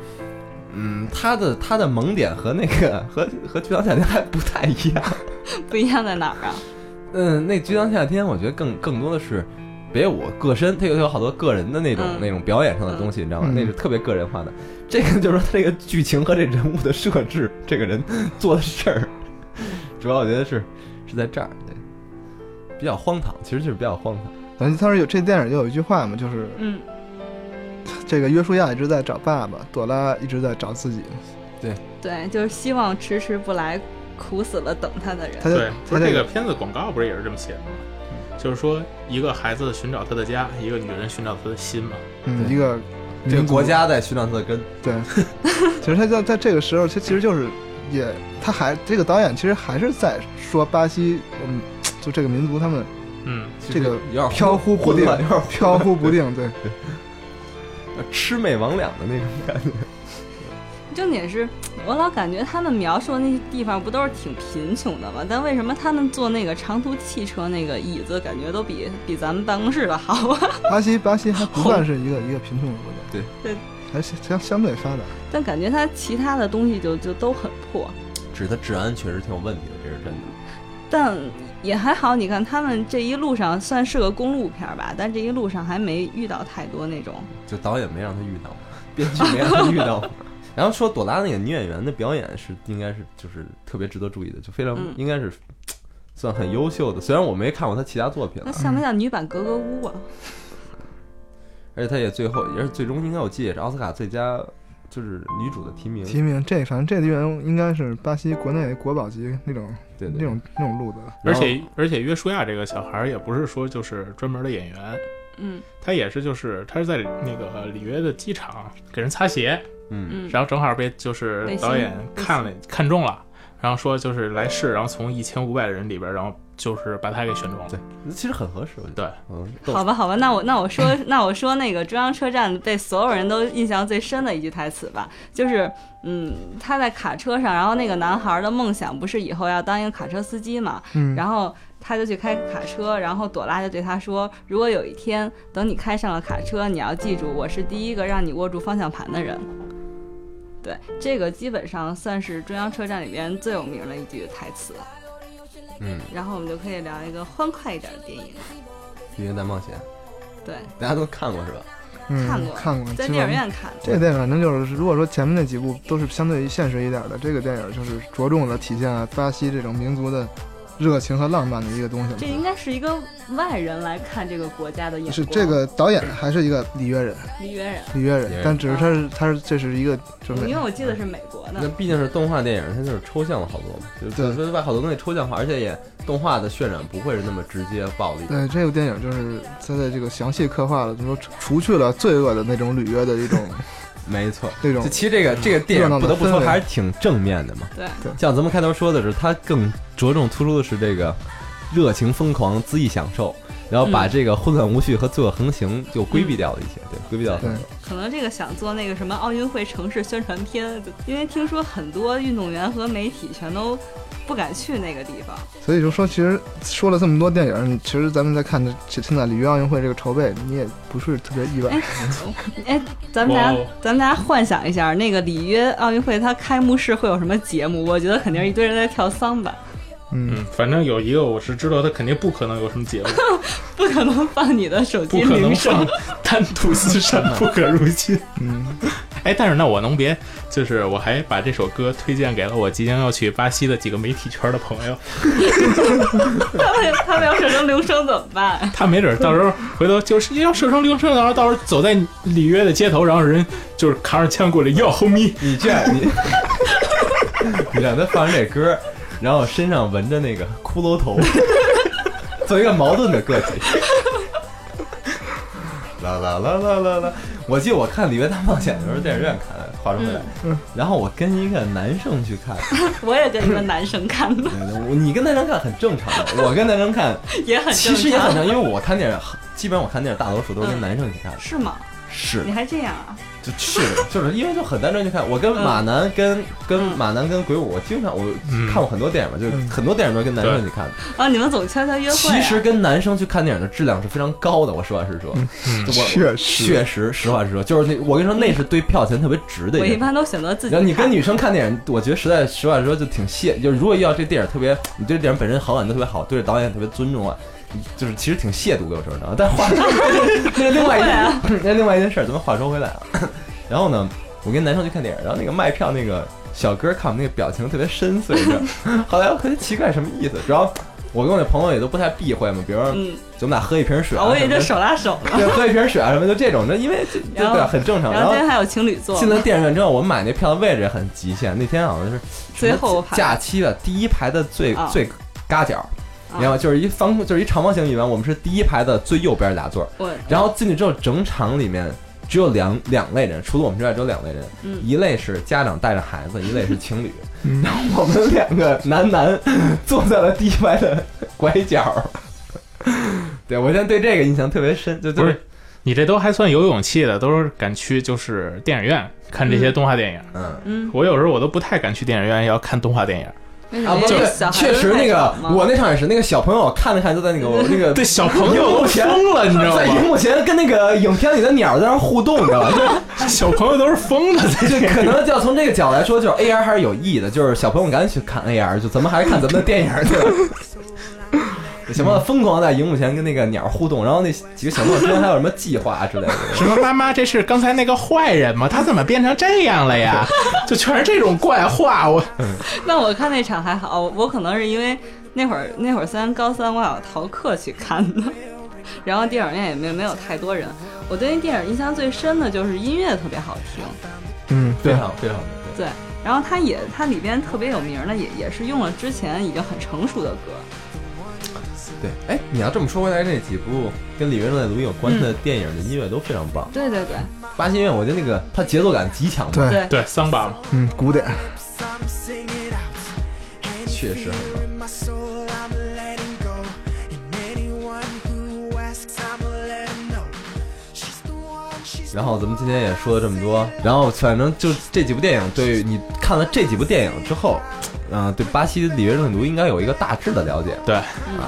嗯，他的他的萌点和那个和和菊堂夏天还不太一样。不一样在哪儿啊？嗯，那菊堂夏天我觉得更更多的是别我个身， 他有有好多个人的那种、嗯那种表演上的东西，你知道吗？嗯那是特别个人化的。 这个就是说他这个剧情和这人物的设置， 这个人做的事儿， 主要我觉得是是在这儿，对，比较荒唐，其实就是比较荒唐。反正当时有这电影就有一句话嘛，就是嗯，这个约书亚一直在找爸爸，朵拉一直在找自己，对，就是希望迟迟不来，苦死了等他的人他。就对，不他是这这个片子广告不是也是这么写的吗？就是说，一个孩子寻找他的家，一个女人寻找她的心嘛。嗯对一个这个民族国家在徐亮次跟 对，其实他在在这个时候，他其实就是也，他还这个导演其实还是在说巴西，嗯，就这个民族他们嗯，这个有点飘忽不定混乱有点飘忽不定，对， 魑魅魍魉的那种感觉。重点是，我老感觉他们描述的那些地方不都是挺贫穷的吗？但为什么他们坐那个长途汽车那个椅子，感觉都比比咱们办公室的好啊？ 巴西巴西还不算是一个一个贫穷的国家，对对，还是相相对发达。但感觉它其他的东西就就都很破，只是它治安确实挺有问题的，这是真的。但也还好。你看他们这一路上算是个公路片儿吧，但这一路上还没遇到太多那种。就导演没让他遇到， 编剧没让他遇 到。然后说朵拉那个女演员的表演是应该是就是特别值得注意的，就非常、嗯应该是嘖算很优秀的。虽然我没看过她其他作品啊，那像不像女版格格巫啊？而且她也最后也是最终应该我记得也是奥斯卡最佳就是女主的提名。提名这反正这地方应该是巴西国内国宝级那种对那对，种那种路子，而然后且而且约书亚这个小孩儿也不是说就是专门的演员，嗯他也是就是他是在那个里约的机场给人擦鞋，嗯，嗯，然后正好被就是导演看了看中了，然后说就是来试，然后从一千五百人里边，然后就是把他给选中了。对，其实很合适，我觉得。对，嗯，嗯好逗。吧，好吧，那我那我说那我说那个中央车站被所有人都印象最深的一句台词吧，就是嗯，他在卡车上，然后那个男孩的梦想不是以后要当一个卡车司机嘛，嗯，然后他就去开卡车，然后朵拉就对他说，如果有一天等你开上了卡车，你要记住我是第一个让你握住方向盘的人。对，这个基本上算是中央车站里边最有名的一句台词。嗯，然后我们就可以聊一个欢快一点的电影。 《云大冒险对，》大家都看过是吧？嗯看过看过，在基本电影院看的。这电影反正就是，如果说前面那几部都是相对于现实一点的，这个电影就是着重的体现了巴西这种民族的热情和浪漫的一个东西这应该是一个外人来看这个国家的眼嘛。光，是这个导演还是一个里约人，里约人，里里约约人人，但只是他是他是这是一个就是因为我记得是美国那嗯的。毕竟是动画电影，它就是抽象了好多嘛，就是对把好多东西抽象化，而且也动画的渲染不会是那么直接暴力。对这个电影就是他在这个详细刻画了，就是说除去了罪恶的那种里约的一种没错，那种就其实这个这个电热闹影的不得不说氛围还是挺正面的嘛。对，像咱们开头说的是，它更着重突出的是这个热情疯狂、恣意享受，然后把嗯这个混乱无序和罪恶横行就规避掉了一些，对，规避掉了很多。可能这个想做那个什么奥运会城市宣传片，因为听说很多运动员和媒体全都不敢去那个地 方。所以就说，其实说了这么多电影，你其实咱们在看这这现在里约奥运会这个筹备，你也不是特别意外哎。哎，咱们大哇家哦，咱们大家幻想一下，那个里约奥运会它开幕式会有什么节目？我觉得肯定是一堆人在跳桑巴， 嗯，嗯，反正有一个我是知道，他肯定不可能有什么结果，不可能放你的手不机可能铃声 放。单独私山不可入侵。嗯， 哎，但是那我能别，就是我还把这首歌推荐给了我即将要去巴西的几个媒体圈的朋友， 他们他们要设成铃声怎么办？ 他没准儿到时候回头就是要射成铃声，然后到时候走在里约的街头，然后人就是扛着枪过来，哟，homie，你这样，你 你让他放上这歌，然后身上纹着那个骷髅头，做一个矛盾的个体。啦啦啦啦啦啦！我记得我看《里约大冒险》的时候，电影院看的，话说回来，嗯然后我跟一个男生去看， 我也跟一个男生看的，对我你跟男生看很正常， 我跟男生看也很其正实也很常。常，因为我看电影，基本上我看电影大多数都是跟男生一起看，是吗？是你还这样啊？就是就是因为就很单纯去看。我跟嗯马南跟跟马南跟鬼舞，我经常我看过很多电影嘛，就是嗯很多电影都是跟男生一起看的。啊，你们总悄悄约会、啊？其实跟男生去看电影的质量是非常高的，我实话实说，嗯就我确实确实实话实说，就是那我跟你说，那是对票钱特别值的我一一件事。般都选择自己啊然看。后你跟女生看电影，我觉得实在实话实说就挺谢，就是如果要这电影特别，你对这电影本身好感度特别好，对这导演特别尊重啊，你就是其实挺亵渎有时候的。但话那是另外一啊 件，那是另外一件事儿。咱们话说回来啊，然后呢，我跟男生去看电影，然后那个卖票那个小哥看我们那个表情特别深邃，你知道 后来我特别奇怪什么意思，主要。我跟我那朋友也都不太避讳嘛，比如说嗯，咱们俩喝一瓶水、啊啊，我什也么就的，手拉手了。对，喝一瓶水啊什么，就这种的，因为这这然后对啊很正常。然然后后今天还有情侣座进，了电影院之后，我们买那票的位置也很极限。那天好像是最后排假期的第一排的最、啊最嘎角，你知道吗？就是一方就是一长方形一般，我们是第一排的最右边俩座儿。我然后进去之后，整场里面只有两两类人，除了我们之外，只有两类人，嗯一类是家长带着孩 子，一类是情侣。嗯然后我们两个男男坐在了地歪的拐角。 对我现在对这个印象特别深，就就 不是你这都还算有勇气的，都是敢去就是电影院看这些动画电影。嗯。嗯，我有时候我都不太敢去电影院要看动画电影。为什啊，么不因哎是为小，孩确实那个太小嘛我那场也是，那个小朋友看着看着就在那个我那个 对，小朋友都我天疯了，你知道在荧吗？幕前跟那个影片里的鸟在那儿互动，你知道吧？就 小朋友都是疯的，在就这 可能要从这个角度来说，就是 AR 还是有意义的，就是小朋友赶紧去看 AR，就咱们还是看咱们的电影儿去。 小朋友疯狂地在荧幕前跟那个鸟互动，然后那几个小朋友之间还有什么计划之类的。什么妈妈，这是刚才那个坏人吗？他怎么变成这样了呀？ 就全是这种怪话，我那我看那场还好，我可能是因为那会儿那会儿虽然高三，我好像逃课去看的， 然后电影院也没没有太多人。我对那电影印象最深的就是音乐特别好听，嗯，非对，常非常对，然后它也它里边特别有名儿的也也是用了之前已经很成熟的歌，对。哎，你要这么说回来，这几部跟里约热内卢有关的电影的音乐都非常棒。对对对巴西音乐，我觉得那个它节奏感极强嘛，对对， 对桑巴嘛，嗯，古典，确实很棒。然后咱们今天也说了这么多，然后反正就这几部电影，对你看了这几部电影之后，嗯、对巴西里约热内卢应该有一个大致的了解。对，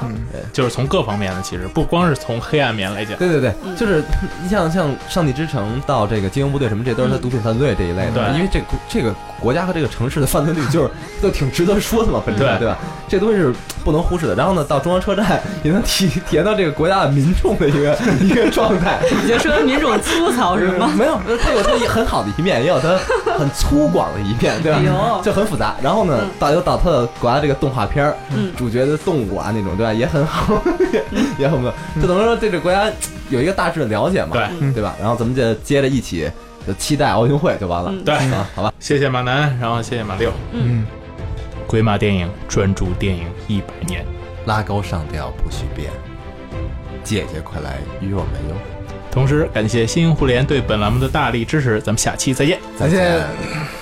嗯就是从各方面的，其实不光是从黑暗面来讲，对对对，嗯就是你像像《上帝之城》到这个《精英部队》什么，这都是他毒品犯罪这一类的，嗯对因为这个这个国家和这个城市的犯罪率就是 都挺值得说的嘛，本身对对吧？这东西是不能忽视的。然后呢，到中央车站也能体体验到这个国家的民众的一个一个状态，你就说民种粗糙哦是吗？呃没有，它有它很好的一面，也有它很粗犷的一面，对吧哎？呦就很复杂。然后呢嗯，到有到它的国家这个动画片儿，嗯主角的动物啊那种，对吧？也很好， 也很不错。就等于说对这国家有一个大致的了解嘛，对嗯对吧？然后咱们就接着一起就期待奥运会就完了，嗯对，啊，好吧？谢谢马南，然后谢谢马六，嗯。 鬼马电影专注电影一百年，拉高上吊不许变，姐姐快来与我们哟！同时感谢新英互联对本栏目的大力支持，咱们下期再见。再再见见。